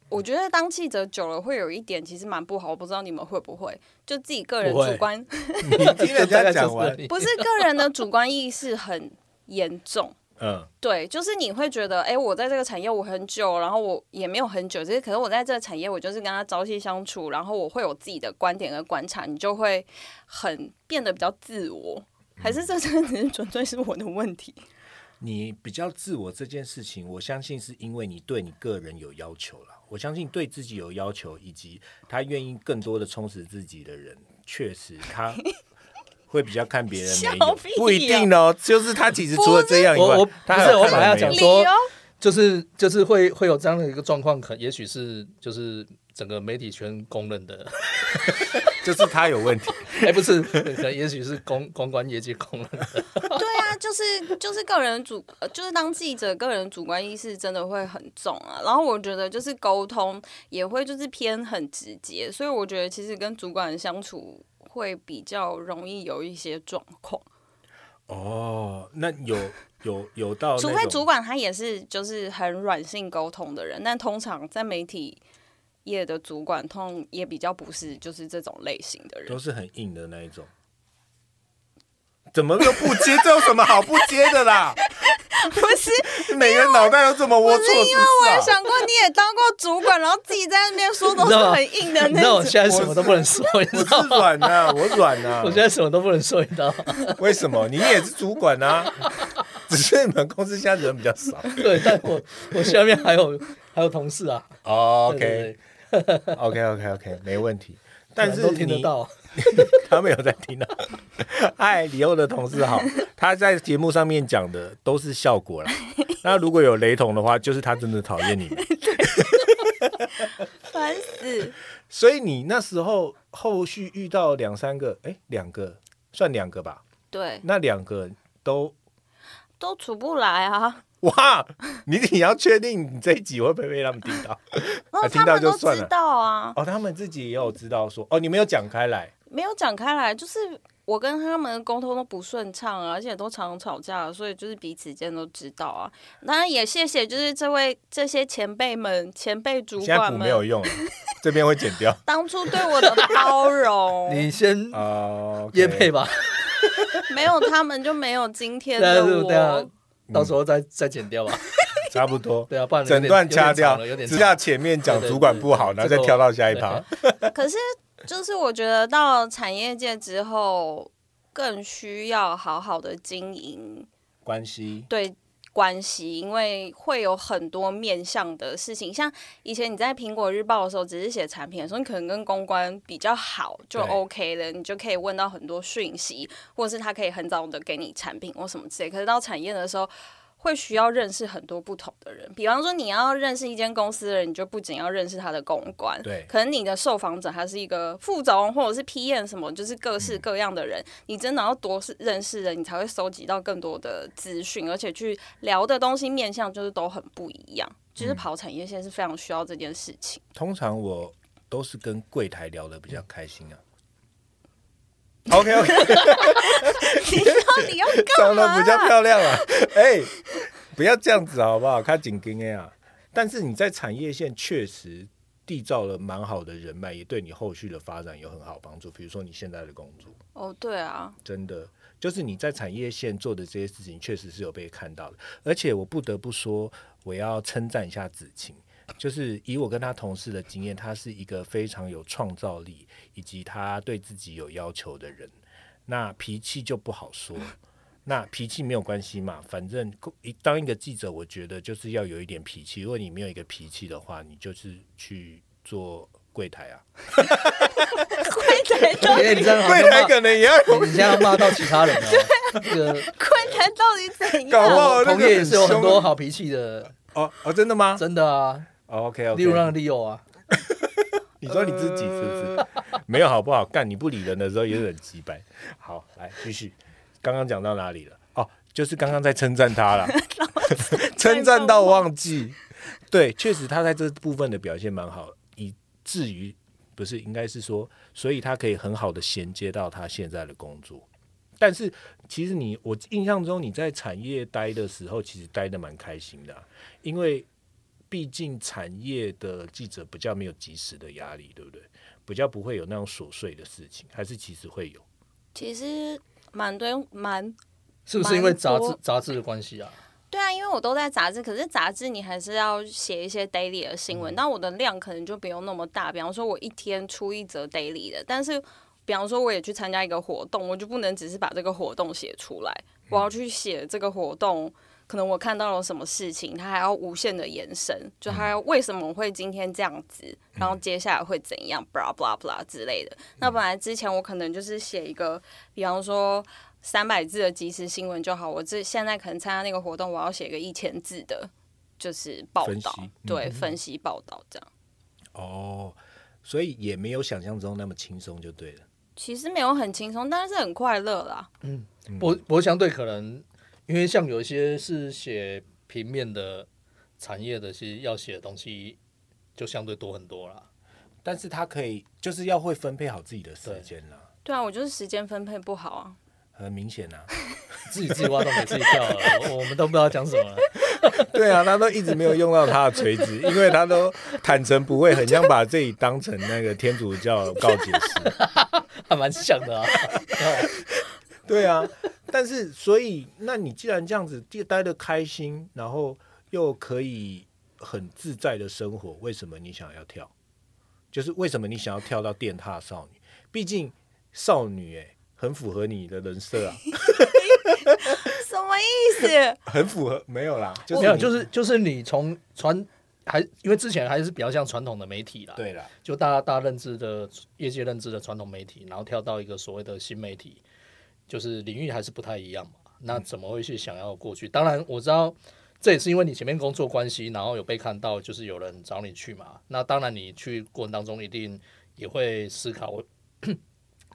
我觉得当记者久了会有一点其实蛮不好，我不知道你们会不会，就自己个人
不会
主观， (laughs)
你听人家
大概就
讲
是
完，
你
不是个人的主观意识很严重。
嗯，
对，就是你会觉得，哎、我在这个产业我很久，然后我也没有很久，只是可是我在这个产业，我就是跟他朝夕相处，然后我会有自己的观点跟观察，你就会很变得比较自我。还是这真的只是纯粹是我的问题？
你比较自我这件事情，我相信是因为你对你个人有要求了。我相信对自己有要求，以及他愿意更多的充实自己的人，确实他
(laughs)
会比较看别人没
笑
有
屁，啊
不一定哦。就是他其实除了这样以外
我我，
他
不
还
是
有
我
看
(laughs) 本来
人
要
没
讲
有
说
理由
就是就是会会有这样的一个状况，可也许是就是整个媒体圈公认的， (laughs)
就是他有问题。
哎、不是，可能也许是公公关业界公认
(laughs)
的。
(laughs) 对啊，就是就是个人主，呃就是当记者个人主观意识真的会很重啊。然后我觉得就是沟通也会就是偏很直接，所以我觉得其实跟主管相处会比较容易有一些状况，
哦，那有有有哦到那
除
种，
非主管他也是就是很软性沟通的人，但通常在媒体业的主管通也比较不是就是这种类型的
都
人。
是很硬的那一种。怎么又不接？这有什么好不接的啦？
(laughs) 不是，
每个人脑袋都这么龌龊，
不是因为我也
是不是啊
想过你也当过主管，然后自己在那边说都是很硬的
你
那
知道
种
我。现在什么都不能说，你知道
(laughs) 我是
吗？
软呐、我软呐、
(laughs) 我现在什么都不能说，你知道 (laughs) 吗？
为什么？你也是主管
(laughs)
呐、只是你们公司现在人比较少。
对，但我我下面还有还有同事啊。
哦
对对
OK
对
OK OK
(laughs)
OK，没问题。但是
都听得
你
到，
(laughs) 他没有在听啊。 (laughs) 嗨，李欧的同事好，他在节目上面讲的都是效果
(laughs)
啦。那如果有雷同的话，就是他真的讨厌你们。
烦死！
所以你那时候后续遇到两三个，哎，两个算两个吧，
对，
那两个都
都处不来啊。
哇，你你要确定你这一集会不会被他们听到？啊
哦，
听
他
到
们
就
都
算了
知道啊，
哦，他们自己也有知道说，哦，你没有讲开来，
没有讲开来，就是我跟他们的沟通都不顺畅啊，而且都常常吵架，啊所以就是彼此间都知道啊。当然也谢谢，就是这位这些前辈们、前辈主
现在
管
补没有
们
用了， (laughs) 这边会剪掉。
(laughs)
当初对我的包容，
(laughs) 你先
哦，
夜配
(laughs)
吧，
没有他们就没有今天
啊
大家
的
就大
我
家。到时候再再剪掉吧。
差不多。
对啊，不然有点
嗯整段掐
有点长
掉
了有，点
只
长
下前面讲
对对
主管不好，
对
然后再跳到下一趴。
可是就是我觉得到产业界之后，更需要好好的经营
关
(laughs)
系
对关系，因为会有很多面向的事情。像以前你在苹果日报的时候，只是写产品的时候，你可能跟公关比较好就
对
OK 了，你就可以问到很多讯息，或者是他可以很早的给你产品或什么之类。可是到产业的时候。会需要认识很多不同的人，比方说你要认识一间公司的人，你就不仅要认识他的公关，
对
可能你的受访者他是一个副总或者是 PM 什么，就是各式各样的人，你真的要多是认识人，你才会收集到更多的资讯，而且去聊的东西面向就是都很不一样。就是跑产业线是非常需要这件事
(laughs)
情。
通常我都是跟柜台聊的比较开心
(laughs)
啊。OK OK，
你到底要干
长
嘛
得
啊？
比较漂亮
(laughs)
啊。哎，不要这样子好不好？看紧跟啊。但是你在产业线确实缔造了蛮好的人脉，也对你后续的发展有很好帮助。比如说你现在的工作。
哦，对啊，
真的，就是你在产业线做的这些事情，确实是有被看到的。而且我不得不说，我要称赞一下子晴，就是以我跟她同事的经验，她是一个非常有创造力，以及她对自己有要求的人。那脾气就不好说，那脾气没有关系嘛，反正一当一个记者，我觉得就是要有一点脾气。如果你没有一个脾气的话，你就是去做柜台啊，
柜台到
因为你这样
(laughs)
好
柜
像
台
骂
可能也要有
你这样骂到其
(laughs)
他人了。这个
柜台到底怎
搞不
样？
好
我
那个
哦同业也是有很
很凶
多好脾气的，
哦哦，真的吗
真的啊。
？OK OK，
例如让利用啊，
你说你自己是不是？ (laughs) 没有好不好？干你不理人的时候也是很鸡掰。好，来继续，刚刚讲到哪里了？哦，就是刚刚在称赞他了，称赞到忘记。对，确实他在这部分的表现蛮好，以至于不是应该是说，所以他可以很好的衔接到他现在的工作。但是其实你，我印象中你在产业待的时候，其实待的蛮开心的啊、因为毕竟产业的记者比较没有及时的压力，对不对？比较不会有那种琐碎的事情，还是其实会有。
其实蛮多蛮
是不是因为杂
蛮
志
多
杂志的关系啊？
对啊，因为我都在杂志，可是杂志你还是要写一些 daily 的新闻，那我的量可能就不用那么大。比方说，我一天出一则 daily 的，但是比方说我也去参加一个活动，我就不能只是把这个活动写出来，我
嗯
要去写这个活动。可能我看到了什么事情，它还要无限的延伸，就它
嗯
要为什么会今天这样子，然后接下来会怎样，blah blah blah 之类的。
嗯
那本来之前我可能就是写一个，比方说三百字的即时新闻就好。我这现在可能参加那个活动，我要写个一千字的，就是报
分
道
析，嗯
对，分析报道这样。
哦，所以也没有想象中那么轻松，就对了。
其实没有很轻松，但是很快乐啦。
嗯
我我相对可能，因为像有一些是写平面的产业的，其实要写的东西就相对多很多啦。
但是他可以就是要会分配好自己的时间啦。
对啊，我就是时间分配不好啊。
很明显啊。
自己自己挖洞给自己跳了，我我们都不知道讲什么了。
(laughs) 对啊，他都一直没有用到他的锤子，因为他都坦诚不讳，很像把自己当成那个天主教告解师。
还蛮像的啊。
对啊，但是所以，那你既然这样子待的开心，然后又可以很自在的生活，为什么你想要跳？就是为什么你想要跳到电踏少女？毕竟少女哎、很符合你的人设啊，
(laughs) 什么意 (laughs) 思？
很符合没有啦，就是
没有，
你
就是就是你从传还因为之前还是比较像传统的媒体啦，，
对啦，
就大家大家认知的业界认知的传统媒体，然后跳到一个所谓的新媒体，就是领域还是不太一样嘛。
嗯
那怎么会去想要过去？当然我知道。这也是因为你前面工作关系，然后有被看到，就是有人找你去嘛。那当然，你去过程当中一定也会思考，我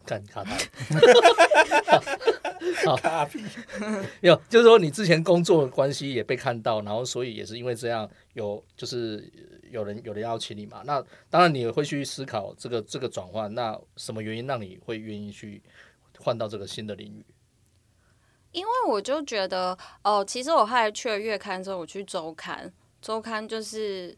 看卡痰
卡
(laughs)
屁
有，就是说你之前工作的关系也被看到，然后所以也是因为这样，有就是呃有人有人邀请你嘛。那当然你也会去思考这个这个转换，那什么原因让你会愿意去换到这个新的领域？
因为我就觉得，哦，其实我后来去了月刊之后，我去周刊，周刊就是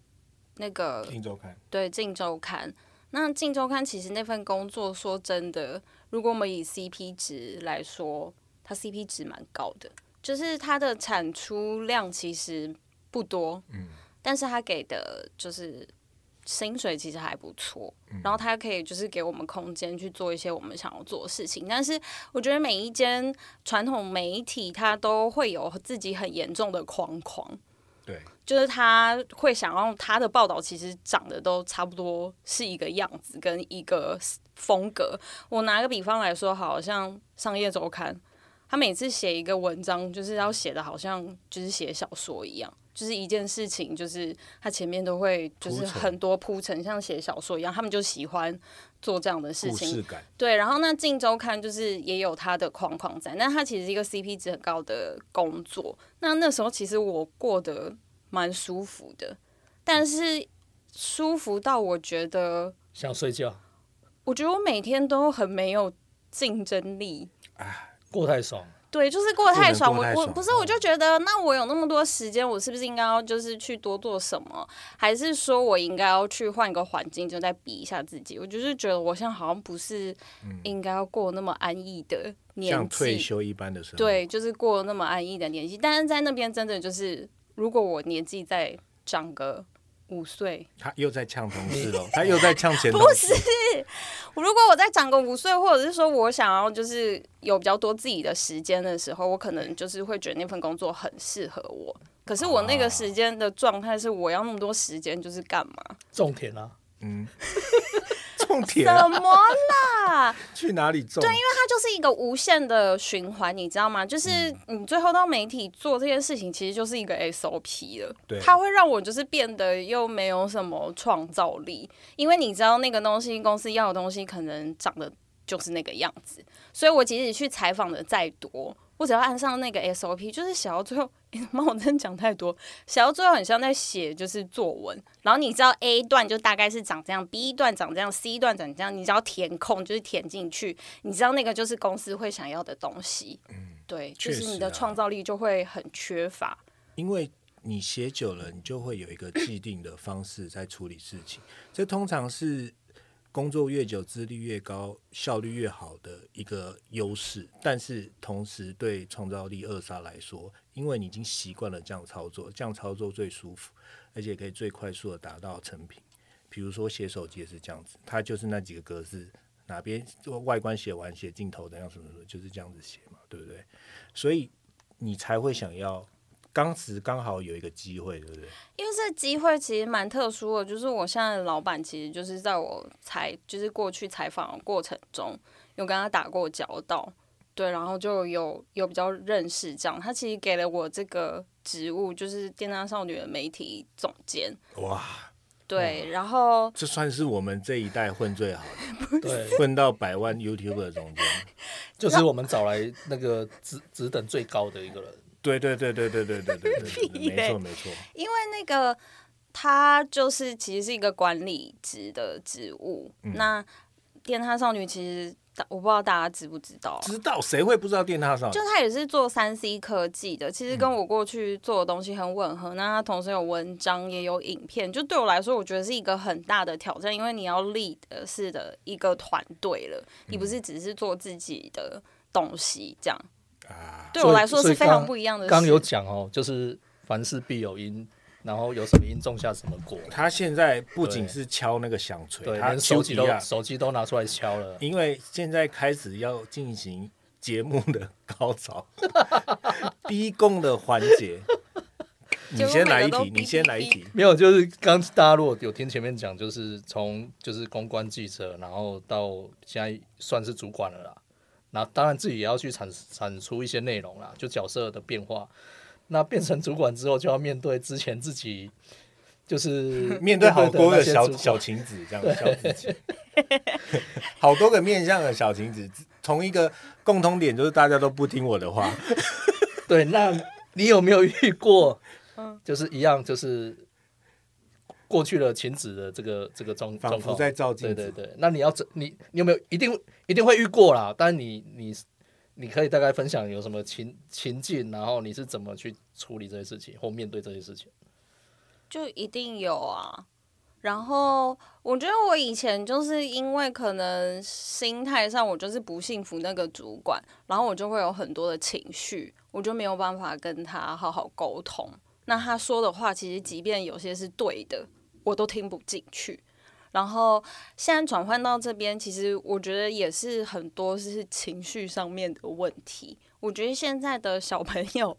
那个
听周刊，
对《镜周刊》。那《镜周刊》其实那份工作，说真的，如果我们以 CP 值来说，它 CP 值蛮高的，就是它的产出量其实不多，嗯，但是它给的就是薪水其实还不错，然后它可以就是给我们空间去做一些我们想要做的事情。但是我觉得每一间传统媒体，它都会有自己很严重的框框，
对，
就是他会想要他的报道其实长得都差不多是一个样子跟一个风格。我拿个比方来说，好像《商业周刊》，他每次写一个文章，就是要写的好像就是写小说一样，就是一件事情，就是他前面都会就是
铺陈
很多铺陈，像写小说一样，他们就喜欢做这样的事
故
情
事。感，
对，然后那《镜周刊》就是也有它的框框在，但它其实是一个 CP 值很高的工作。那那时候其实我过得蛮舒服的，但是舒服到我觉得，
想睡觉，
我觉得我每天都很没有竞争力。
过太爽，
对，就是过得太爽。
不
我
能过太爽嗯
我不是，我就觉得，那我有那么多时间，我是不是应该要就是去多做什么？还是说我应该要去换个环境，就再比一下自己？我就是觉得我现在好像不是应该要过那么安逸的
嗯像
年
退
纪，
休一般的生活。
对，就是过那么安逸的年纪。但是在那边真的就是，如果我年纪再长个五岁，
他又在呛同事喽，他又在呛前同事。
如果我再长个五岁，或者是说我想要就是有比较多自己的时间的时候，我可能就是会觉得那份工作很适合我。可是我那个时间的状态是，我要那么多时间就是干嘛？
种田啊，
嗯，种田啊
怎么啦？
去哪里种？对，因为
它就是一个无限的循环，你知道吗？就是你最后到媒体做这件事情，其实就是一个 SOP 了。
对
它会让我就是变得又没有什么创造力，因为你知道那个东西公司要的东西可能长得就是那个样子，所以我即使去采访的再多，我只要按上那个 SOP，就是写到最后。 (laughs) 妈，我真的讲太多，写到最后很像在写就是作文，然后你知道 A 段就大概是长这样，B 段长这样，C 段长这样，你只要填空就是填进去，你知道那个就是公司会想要的东西，对，就
嗯确
是你
实
的
啊
创造力就会很缺乏。
你写久了，你就会有一个既定的方式在处理事情。这通常是工作越久、资历越高、效率越好的一个优势，但是同时对创造力扼杀来说，因为你已经习惯了这样操作，这样操作最舒服，而且可以最快速的达到成品。比如说写手机也是这样子，它就是那几个格子，哪边外观写完，写镜头怎样什么什么，就是这样子写嘛，对不对？所以你才会想要当时刚好有一个机会，对不对？
因为这机会其实蛮特殊的，就是我现在的老板其实就是在我采，就是过去采访的过程中有跟他打过交道，对，然后就有有比较认识这样。他其实给了我这个职务，就是电商少女的媒体总监，
哇，
对，然后
这算是我们这一代混最好的， (laughs)
对，
混到百万 YouTuber 中间。
就是我们找来那个职职等最高的一个人，
对对对对对对对对对
屁
对，
嘞
没错没错，
因为那个他就是其实是一个管理职的职务，那电塔少女其实大我不知道大家知不知道啊，
知道谁会不知道电塔上？
就他也是做三 C 科技的，
嗯
其实跟我过去做的东西很吻合。那他同时有文章，也有影片，就对我来说，我觉得是一个很大的挑战，因为你要 lead 的是的一个团队了，
嗯
你不是只是做自己的东西这样。
啊
对我来说是非常不一样的事。
刚刚有讲哦，就是凡事必有因，然后有什么因种下什么果。
他现在不仅是敲那个响
对，
锤，他
连手
机
机都
啊，
手机都拿出来敲了。
因为现在开始要进行节目的高潮， (laughs) 逼供的环节。你先来一
结果每个都
题，
逼
你先来一题。
(laughs) 没有，就是刚大家如果有听前面讲，就是从就是公关记者，然后到现在算是主管了啦。那当然自己也要去产产出一些内容啦，就角色的变化。那变成主管之后，就要面对之前自己就是
面对好多个
的那些
小
主管
小晴子这样小子晴， (laughs) 好多个面向的小晴子，同一个共同点就是大家都不听我的
(laughs)
话。
对，那你有没有遇过？就是一样，就是过去了晴子的这个这个状
仿
状
佛
况，
在照镜
对
子
对对，那你要怎你你有没有一定一定会遇过啦？但你你你可以大概分享有什么情情境，然后你是怎么去处理这些事情或面对这些事情？
就一定有啊。然后我觉得我以前就是因为可能心态上我就是不幸福那个主管，然后我就会有很多的情绪，我就没有办法跟他好好沟通。那他说的话，其实即便有些是对的，我都听不进去。然后现在转换到这边，其实我觉得也是很多是情绪上面的问题。我觉得现在的小朋友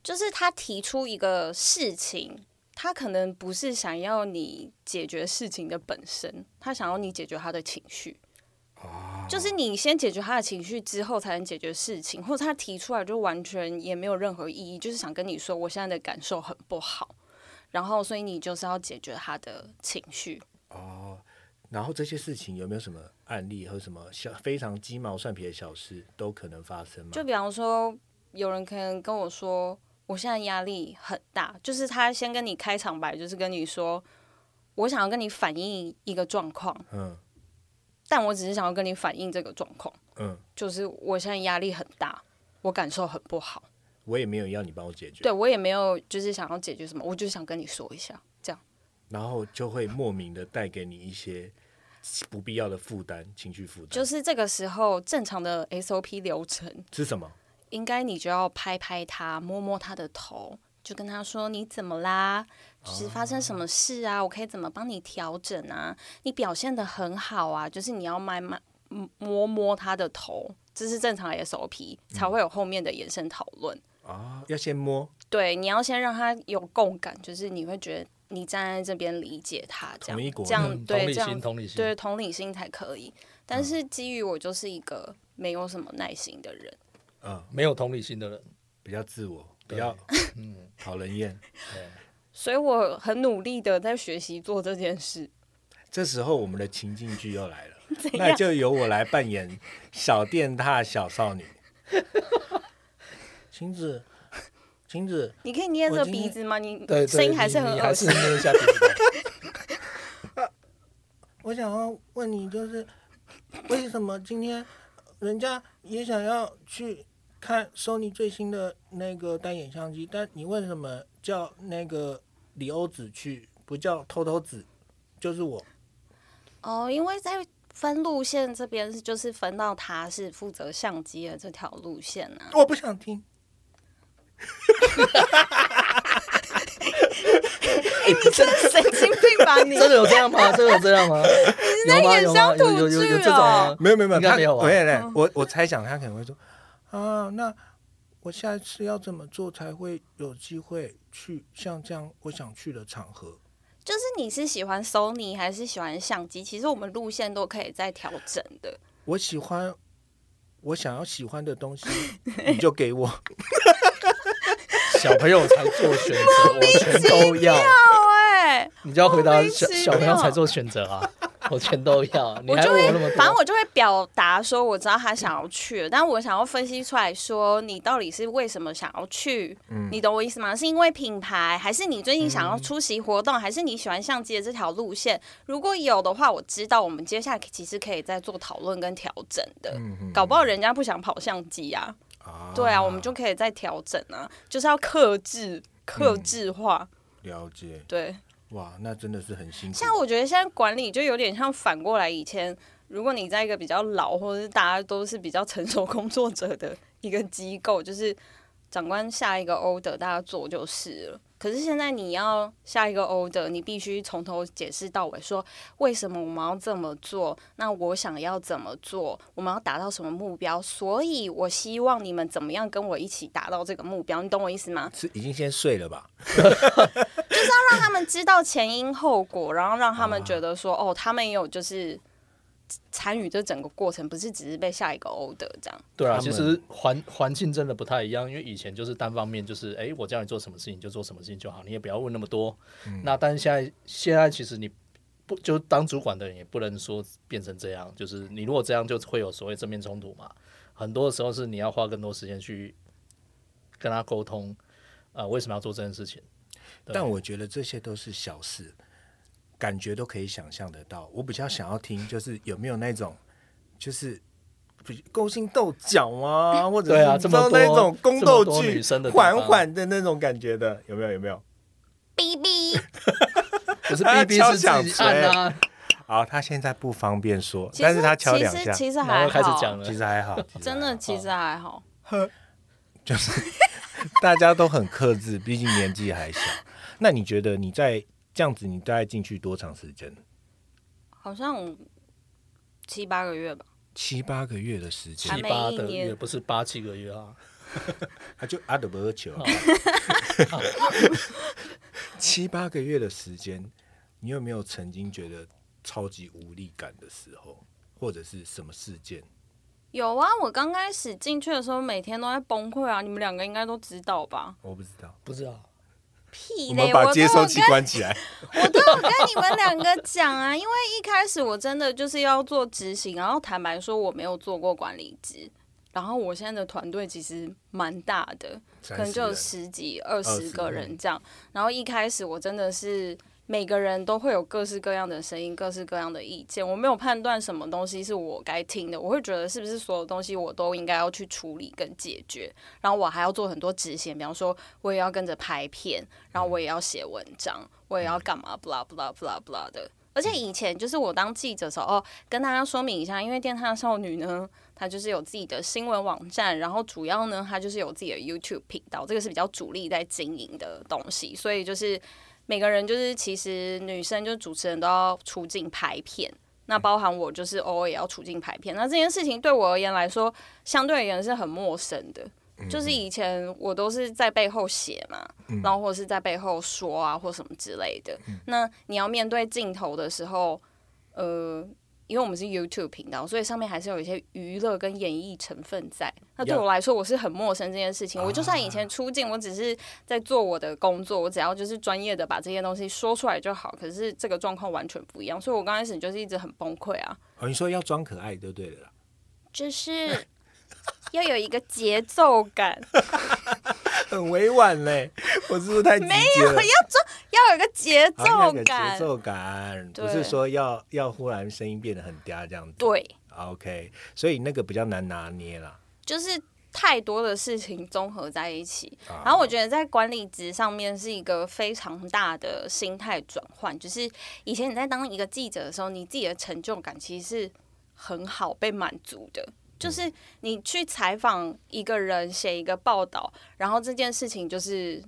就是他提出一个事情，他可能不是想要你解决事情的本身，他想要你解决他的情绪。就是你先解决他的情绪之后，才能解决事情，或者他提出来就完全也没有任何意义，就是想跟你说我现在的感受很不好，然后所以你就是要解决他的情绪。
哦，然后这些事情有没有什么案例和什么小非常鸡毛蒜皮的小事都可能发生吗？
就比方说，有人可能跟我说，我现在压力很大，就是他先跟你开场白，就是跟你说，我想要跟你反映一个状况，
嗯
但我只是想要跟你反映这个状况，
嗯，
就是我现在压力很大，我感受很不好，
我也没有要你帮我解决，
对我也没有就是想要解决什么，我就想跟你说一下，这样
然后就会莫名的带给你一些不必要的负担，情绪负担。
就是这个时候正常的 SOP 流程，
是什么？
应该你就要拍拍他，摸摸他的头，就跟他说你怎么啦？就是发生什
哦
么事啊？我可以怎么帮你调整啊？你表现的很好啊，就是你要慢慢嗯摸摸他的头，这是正常的 SOP，才
嗯
会有后面的延伸讨论。
啊、要先摸，
对，你要先让他有共感，就是你会觉得你站在这边理解他，这
同一
样
国
这样
嗯同
对
理
这样
心，同理心。嗯
对同理心才可以。但是基于我就是一个没有什么耐心的人，
嗯，
没有同理心的人，
比较自我，比较
嗯，
讨人
(laughs)
厌。
对，
所以我很努力的在学习做这件事。
这时候我们的情境剧又 (laughs) 来了，那就由我来扮演小电踏小少 (laughs) 女。晴子，晴子，
你可以捏
我
着
今天
鼻子吗？你
对，对
声音还是
你
很
你
恶
还是
心。
捏一下鼻
(laughs)
子吧。
我想要问你，就是为什么今天人家也想要去看 Sony 最新的那个单眼相机，但你为什么叫那个李欧子去，不叫偷偷子？就是我，
哦，因为在分路线这边是就是分到他是负责相机的这条路线啊。
我不想听。
你真的神经病吧啊你？
真的有这样吗？真的有这样吗？有吗？
演
有吗？
乡
有
土
有有有这
剧
种啊吗
哦？
(laughs)
没有没有没有，
应该
他
没有吧
没有没
嗯
有我我猜想他可能会说啊，那我下一次要怎么做才会有机会去像这样我想去的场合？
(laughs) 就是你是喜欢 Sony 还是喜欢相机？其实我们路线都可以再调整的。
我喜欢我想要喜欢的东
(laughs)
西，你就给我。
小朋友才做选择，我全都要。
对，欸
你就要回答
莫名
小
其
小朋友
妙
才做选择啊！我全都要，你
我
还
就
问
会
我那么，多？
反正我就会表达说，我知道他想要去了，但我想要分析出来说，你到底是为什么想要去？
嗯
你懂我意思吗？是因为品牌，还是你最近想要出席活动，还是你喜欢相机的这条路线？如果有的话，我知道我们接下来其实可以再做讨论跟调整的。
嗯
搞不好人家不想跑相机啊，
啊
对啊，我们就可以再调整啊，就是要克制、克制化，
了解。
对。
哇，那真的是很辛苦。
像我觉得现在管理就有点像反过来，以前如果你在一个比较老或者是大家都是比较成熟工作者的一个机构，就是长官下一个 order 大家做就是了。可是现在你要下一个 order，你必须从头解释到尾，说为什么我们要这么做，那我想要怎么做，我们要达到什么目标，所以我希望你们怎么样跟我一起达到这个目标，你懂我意思吗？
是已经先睡了吧？
让他们知道前因后果，然后让他们觉得说，哦，他们也有就是参与这整个过程，不是只是被下一个 order 这样。
对啊，
他
其
们
实环环境真的不太一样，因为以前就是单方面，就是哎，我叫你做什么事情就做什么事情就好，你也不要问那么多。
嗯
那但是现在现在其实你不就当主管的人也不能说变成这样，就是你如果这样就会有所谓正面冲突嘛。很多时候是你要花更多时间去跟他沟通，呃，为什么要做这件事情？对
但我觉得这些都是小事，感觉都可以想象得到。我比较想要听，就是有没有那种，就是比勾心斗角啊，或者
对啊
是
这么
你知道那
多
种宫
这么
斗
多
剧
女生的地
缓
方
缓的那种感觉的，有没有？有没有？
哔哔，
可
(laughs)
是
他
B B
敲
是
响
自己按啊，
好，他现在不方便说，
其
但是
实
他敲
其
两
实
下，
其实
然
还
后开始讲
好，
了
其。实还好，其实
(laughs) 真
还
的
好
其实还好。
(laughs) 大家都很克制，毕竟年纪还小。那你觉得你在这样子，你大概进去多长时间？
好像七八个月吧，
七八个月的时间
还
七，
没
八
一
的
年
月不是八七个月啊，
他就阿德伯球，啊 (laughs) 七八个月的时间，你有没有曾经觉得超级无力感的时候，或者是什么事件？
有啊。我刚开始进去的时候，每天都在崩溃啊。你们两个应该都知道吧？
我不知道，
不知道。
屁
我
嘞！
们
我
把
都
接
有
收
跟
器关起来。
我都有跟你们两个讲啊，因为一开始我真的就是要做执行，然后坦白说我没有做过管理职，然后我现在的团队其实蛮大的，可能就有
30人
十几、二十
20
个人这样。然后一开始我真的是每个人都会有各式各样的声音、各式各样的意见，我没有判断什么东西是我该听的，我会觉得是不是所有东西我都应该要去处理跟解决，然后我还要做很多执行，比方说我也要跟着拍片，然后我也要写文章，我也要干嘛，blah blah blah blah 的。而且以前就是我当记者的时候，哦，跟大家说明一下，因为电塔少女呢，它就是有自己的新闻网站，然后主要呢，它就是有自己的 YouTube 频道，这个是比较主力在经营的东西，所以就是每个人就是其实女生就主持人都要出镜拍片。那包含我，就是偶尔也要出镜拍片。那这件事情对我而言来说，相对而言是很陌生的。就是以前我都是在背后写嘛，然后或者是在背后说啊，或什么之类的。那你要面对镜头的时候，呃，因为我们是 YouTube 频道，所以上面还是有一些娱乐跟演艺成分在。那对我来说，我是很陌生这件事情。我就算以前出镜，我只是在做我的工作，我只要就是专业的把这些东西说出来就好。可是这个状况完全不一样，所以我刚开始就是一直很崩溃啊，
哦，你说要装可爱就对了啦。
就是 (laughs) 要有一个节奏感。
很委婉嘞，我是不是太直接了？
要有一个节
好像有
奏
个
感，
节奏感，
对
不是说要要忽然声音变得很嗲这样子。
对，
OK，所以那个比较难拿捏啦。
就是太多的事情综合在一起。然后我觉得在管理职上面是一个非常大的心态转换，就是以前你在当一个记者的时候，你自己的成就感其实是很好被满足的。就是你去采访一个人，写一个报道，然后这件事情就是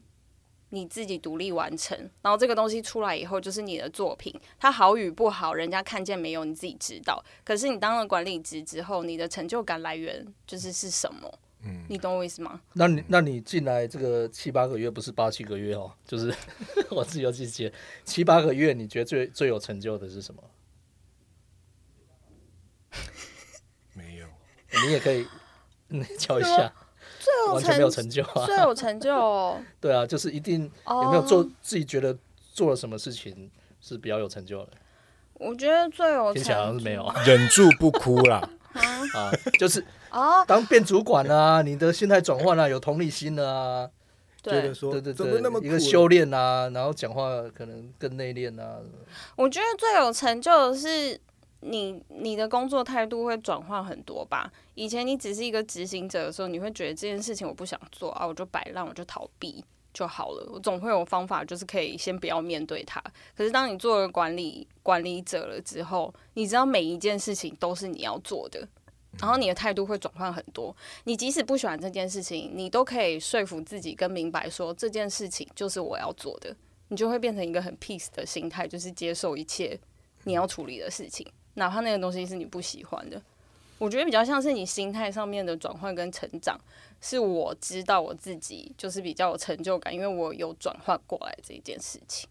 你自己独立完成，然后这个东西出来以后就是你的作品，它好与不好，人家看见没有，你自己知道。可是你当了管理职之后，你的成就感来源就是是什么？嗯，你懂我意思吗？
那你那你进来这个七八个月，不是八七个月哦， (laughs) 就是我自己有自己接七八个月，你觉得最最有成就的是什么？
没有，
你也可以， (laughs) 你敲一下，
最
完全没有成就啊。
最有成
(laughs)
就哦，
对啊，就是一定
哦
有没有做自己觉得做了什么事情是比较有成就的？
我觉得最有
听起来好像
成
是没有
忍住不哭啦。
啊，就是
哦，
当变主管
(laughs)
啊，你的心态转换啊，有同理心了啊，
(laughs) 觉
对
得，说
对对
怎么
对，
那么苦
一个修炼啊，然后讲话可能更内敛啊，
我觉得最有成就的是你你的工作态度会转换很多吧。以前你只是一个执行者的时候，你会觉得这件事情我不想做啊，我就摆烂，我就逃避就好了。我总会有方法，就是可以先不要面对它。可是当你做了管理管理者了之后，你知道每一件事情都是你要做的。然后你的态度会转换很多，你即使不喜欢这件事情，你都可以说服自己跟明白说这件事情就是我要做的，你就会变成一个很 peace 的心态，就是接受一切你要处理的事情，哪怕那个东西是你不喜欢的。我觉得比较像是你心态上面的转换跟成长，是我知道我自己就是比较有成就感，因为我有转换过来这一件事情。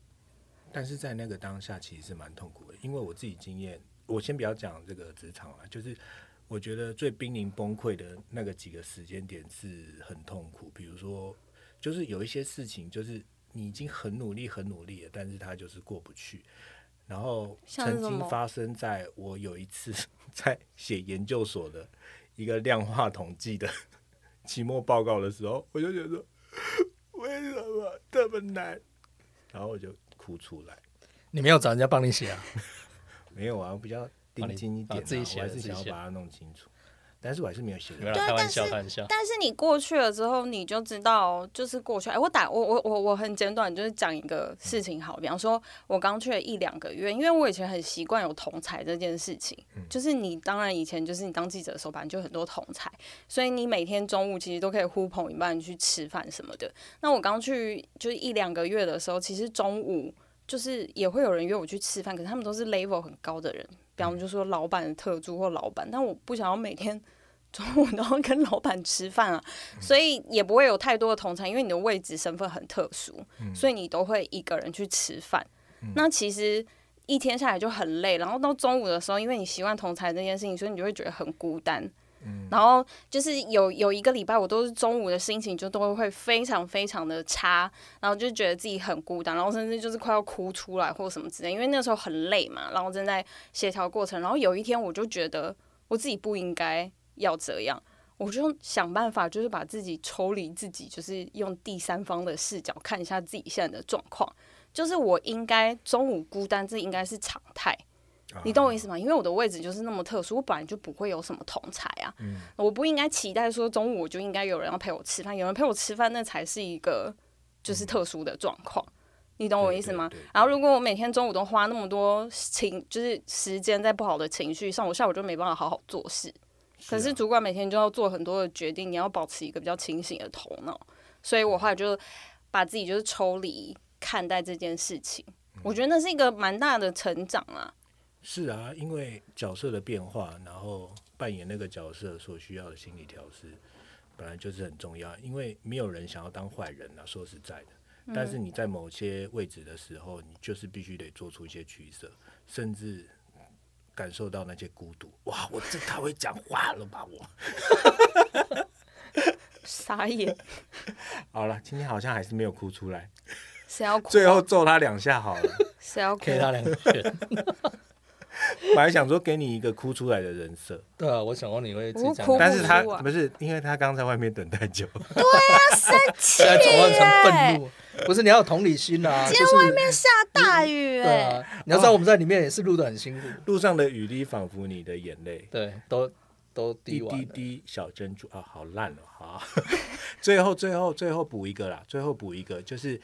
但是在那个当下，其实是蛮痛苦的，因为我自己经验，我先不要讲这个职场了，就是我觉得最濒临崩溃的那个几个时间点是很痛苦。比如说，就是有一些事情，就是你已经很努力、很努力了，但是它就是过不去。然后
像是
曾
什
经
么
发生在我有一次 (laughs) 在写研究所的一个量化统计的 (laughs) 期末报告的时候，我就觉得 (laughs) 为什么这么难，然后我就哭出来。
你没有找人家帮你写啊，
没有啊，我比较定睛一点、啊，
啊自己写
我
的
还是想要
自己写的啊
把它弄清楚，但是我还是没有写
没有
的。
啦，
对啊
开玩
但
笑，
是
开玩笑。
但是你过去了之后，你就知道，就是过去。哎，我打我我我我很简短，就是讲一个事情好。比方说，我刚去了一两个月，因为我以前很习惯有同才这件事情，就是你当然以前就是你当记者的时候，反正就很多同才，所以你每天中午其实都可以呼朋引伴去吃饭什么的。那我刚去就是一两个月的时候，其实中午就是也会有人约我去吃饭，可是他们都是 level 很高的人，比方就说老板的特助或老板，但我不想要每天。 (laughs) 中午都要跟老板吃饭啊，所以也不会有太多的同餐，因为你的位置身份很特殊，所以你都会一个人去吃饭。那其实一天下来就很累，然后到中午的时候，因为你习惯同餐这件事情，所以你就会觉得很孤单。然后就是有有一个礼拜，我都是中午的心情就都会非常非常的差，然后就觉得自己很孤单，然后甚至就是快要哭出来或什么之类，因为那时候很累嘛，然后正在协调过程，然后有一天我就觉得我自己不应该要这样，我就想办法，就是把自己抽离自己，就是用第三方的视角看一下自己现在的状况。就是我应该中午孤单，这应该是常态，
啊
你懂我意思吗？因为我的位置就是那么特殊，我本来就不会有什么同才啊，
嗯
我不应该期待说中午我就应该有人要陪我吃饭，有人陪我吃饭那才是一个就是特殊的状况，你懂我意思吗？
嗯对对对
然后如果我每天中午都花那么多情就是时间在不好的情绪上，我下午就没办法好好做事。可是主管每天就要做很多的决定，你要保持一个比较清醒的头脑，所以我后来就把自己就是抽离看待这件事情。我觉得那是一个蛮大的成长啊，
是啊，因为角色的变化，然后扮演那个角色所需要的心理调试，本来就是很重要。因为没有人想要当坏人啊，说实在的。
嗯
但是你在某些位置的时候，你就是必须得做出一些取舍，甚至感受到那些孤独。哇，我这太会讲话了吧！我
傻眼，
好了，今天好像还是没有哭出
(laughs)
来，
谁要哭？
最后揍他两下好了。
谁要哭？
给他两个选，
本来想说给你一个哭出来的人设，
对啊，我想问你会自己讲
我哭，
但是他
哭啊
不是，因为他刚在外面等太久，
现在转换成愤怒，不是你要有同理心啊，就是外面
下大雨
对
哎、
啊，你要知道我们在里面也是录的很辛苦，
路上的雨滴仿佛你的眼泪，
对，都都
一
滴完
滴
了，
滴小珍珠啊，好烂哦，好， (laughs) 最后最后最后补一个啦，最后补一个就是，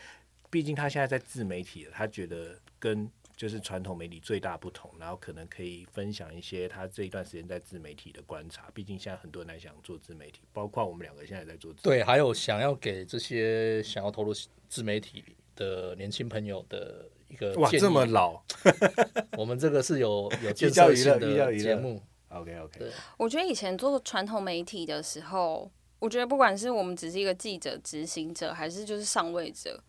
毕竟他现在在自媒体了，他觉得跟就是传统媒体最大不同，然后可能可以分享一些他这一段时间在自媒体的观察，毕竟现在很多人在想做自媒体，包括我们两个现在在做自媒体
对，还有想要给这些想要投入自媒体的年轻朋友的一个
哇，
建议
这么老
我们这个是有
(laughs)
有建
寓教
设
于乐
性
寓教于
的
乐
节目，
，OK OK，
对
我觉得以前做传统媒体的时候，我觉得不管是我们只是一个记者、执行者，还是就是上位者，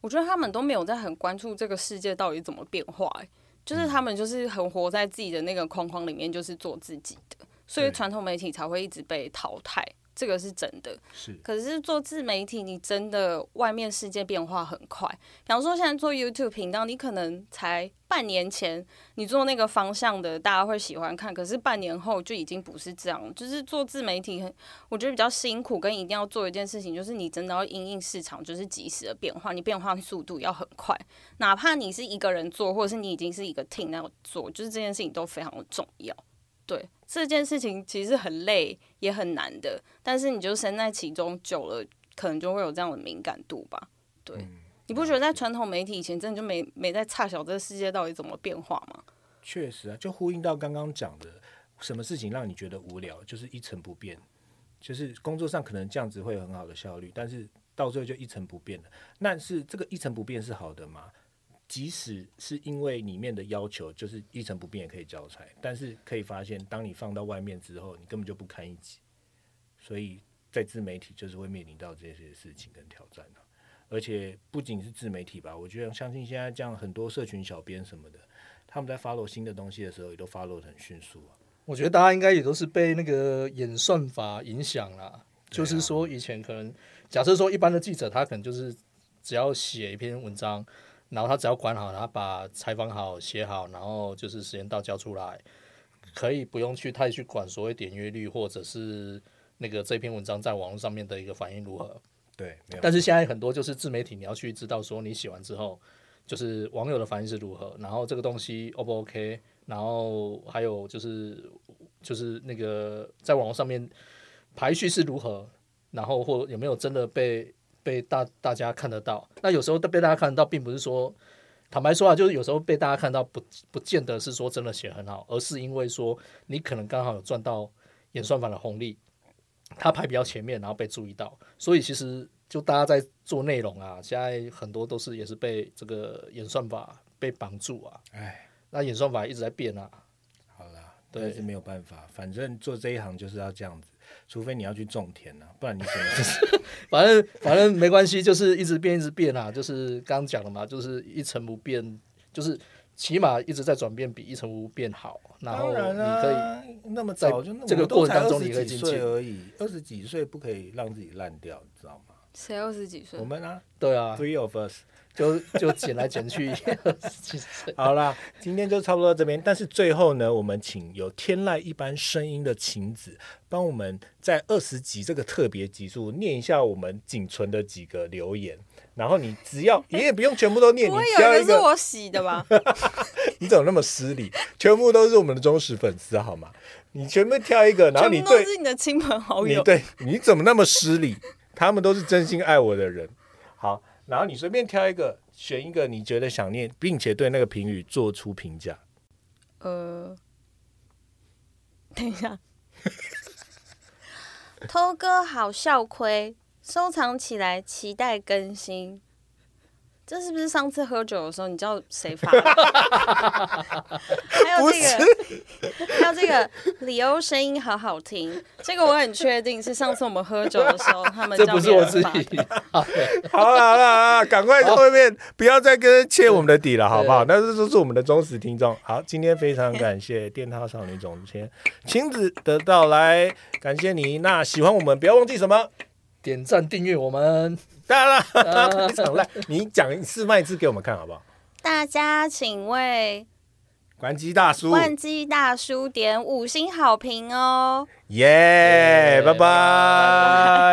我觉得他们都没有在很关注这个世界到底怎么变化、欸就是他们就是很活在自己的那个框框里面，就是做自己的，所以
对
传统媒体才会一直被淘汰。这个是真的。
是
可是做自媒体，你真的外面世界变化很快。比方说，现在做 YouTube 频道，你可能才半年前你做那个方向的，大家会喜欢看，可是半年后就已经不是这样。就是做自媒体很，我觉得比较辛苦，跟一定要做一件事情，就是你真的要因应市场，就是及时的变化，你变化速度要很快。哪怕你是一个人做，或者是你已经是一个 team 那样做，就是这件事情都非常的重要。对这件事情其实很累也很难的，但是你就身在其中久了，可能就会有这样的敏感度吧。对，
嗯
你不觉得在传统媒体以前真的就没没在差小这个世界到底怎么变化吗？
确实啊，就呼应到刚刚讲的，什么事情让你觉得无聊，就是一成不变，就是工作上可能这样子会有很好的效率，但是到最后就一成不变了。但是这个一成不变是好的吗？即使是因为里面的要求就是一成不变也可以交差，但是可以发现，当你放到外面之后，你根本就不堪一击。所以在自媒体就是会面临到这些事情跟挑战、啊、而且不仅是自媒体吧，我觉得相信现在这样很多社群小编什么的，他们在 follow 新的东西的时候，也都 follow 得很迅速啊。
我觉得大家应该也都是被那个演算法影响啦。就是说，以前可能假设说一般的记者，他可能就是只要写一篇文章，然后他只要管好，他把采访好、写好，然后就是时间到交出来，可以不用去太去管所谓点阅率或者是那个这篇文章在网络上面的一个反应如何。
对，没有
但是现在很多就是自媒体，你要去知道说你写完之后，就是网友的反应是如何，然后这个东西 O 不 OK，然后还有就是就是那个在网络上面排序是如何，然后或有没有真的被被大大家看得到？那有时候被大家看得到，并不是说坦白说啊，就是有时候被大家看到不不见得是说真的写得很好，而是因为说你可能刚好有赚到演算法的红利，它排比较前面，然后被注意到，所以其实就大家在做内容啊，现在很多都是也是被这个演算法被绑住啊，
哎，
那演算法一直在变啊，
好啦，
对
但是没有办法，反正做这一行就是要这样子，除非你要去种田啊，不然你什 (laughs) 么事
反正反正没关系，就是一直变一直变啊，就是刚讲了嘛，就是一成不变，就是起码一直在转变，比一成不变好。然后
当
你
然
可以，
啦、那么
在
早就那
这个
我都
过程
才
当中你
20
可以
几
进
岁
去
而已，二十几岁不可以让自己烂掉，你知道吗？
谁二十几岁
我？们啊
对啊，
，three of us，
就就减来减去， (laughs) 其
(laughs)
实
好啦，今天就差不多到这边。但是最后呢，我们请有天籁一般声音的晴子帮我们在二十集这个特别集数念一下我们仅存的几个留言。然后你只
(laughs)
要你也不用全部都念，
不
你
会有
只要
一
一
个是
个，
我洗的吧？
你怎么那么失礼？全部都是我们的忠实粉丝好吗？你全部挑一个， (laughs) 然后
全
你
部都
对
是你的亲朋好
你
友。
对你怎么那么失礼？他们都是真心爱我的人。好，然后你随便挑一个，选一个你觉得想念，并且对那个评语做出评价。
呃，等一
(laughs)
下，偷歌好笑亏，收藏起来，期待更新。这是不是上次喝酒的时候你知道
(laughs)
谁发的？还有这个， (laughs) 还有这个李欧声音好好听，这个我很确定是上次我们喝酒的时候他们
这
叫
不是
别
我
人
自
发的
己。
好了好了好了，赶快到外面，不要再跟欠我们的底了，好不好？那这就是我们的忠实听众。好，今天非常感谢电塔少女总监晴子的到来，感谢你。那喜欢我们，不要忘记什么？
(laughs) 点赞订阅我们，
当然了，非常烂，你讲一次卖一次给我们看好不好？
大家请为
关机大叔，
万基大叔点五星好评哦。
耶，拜
拜
拜。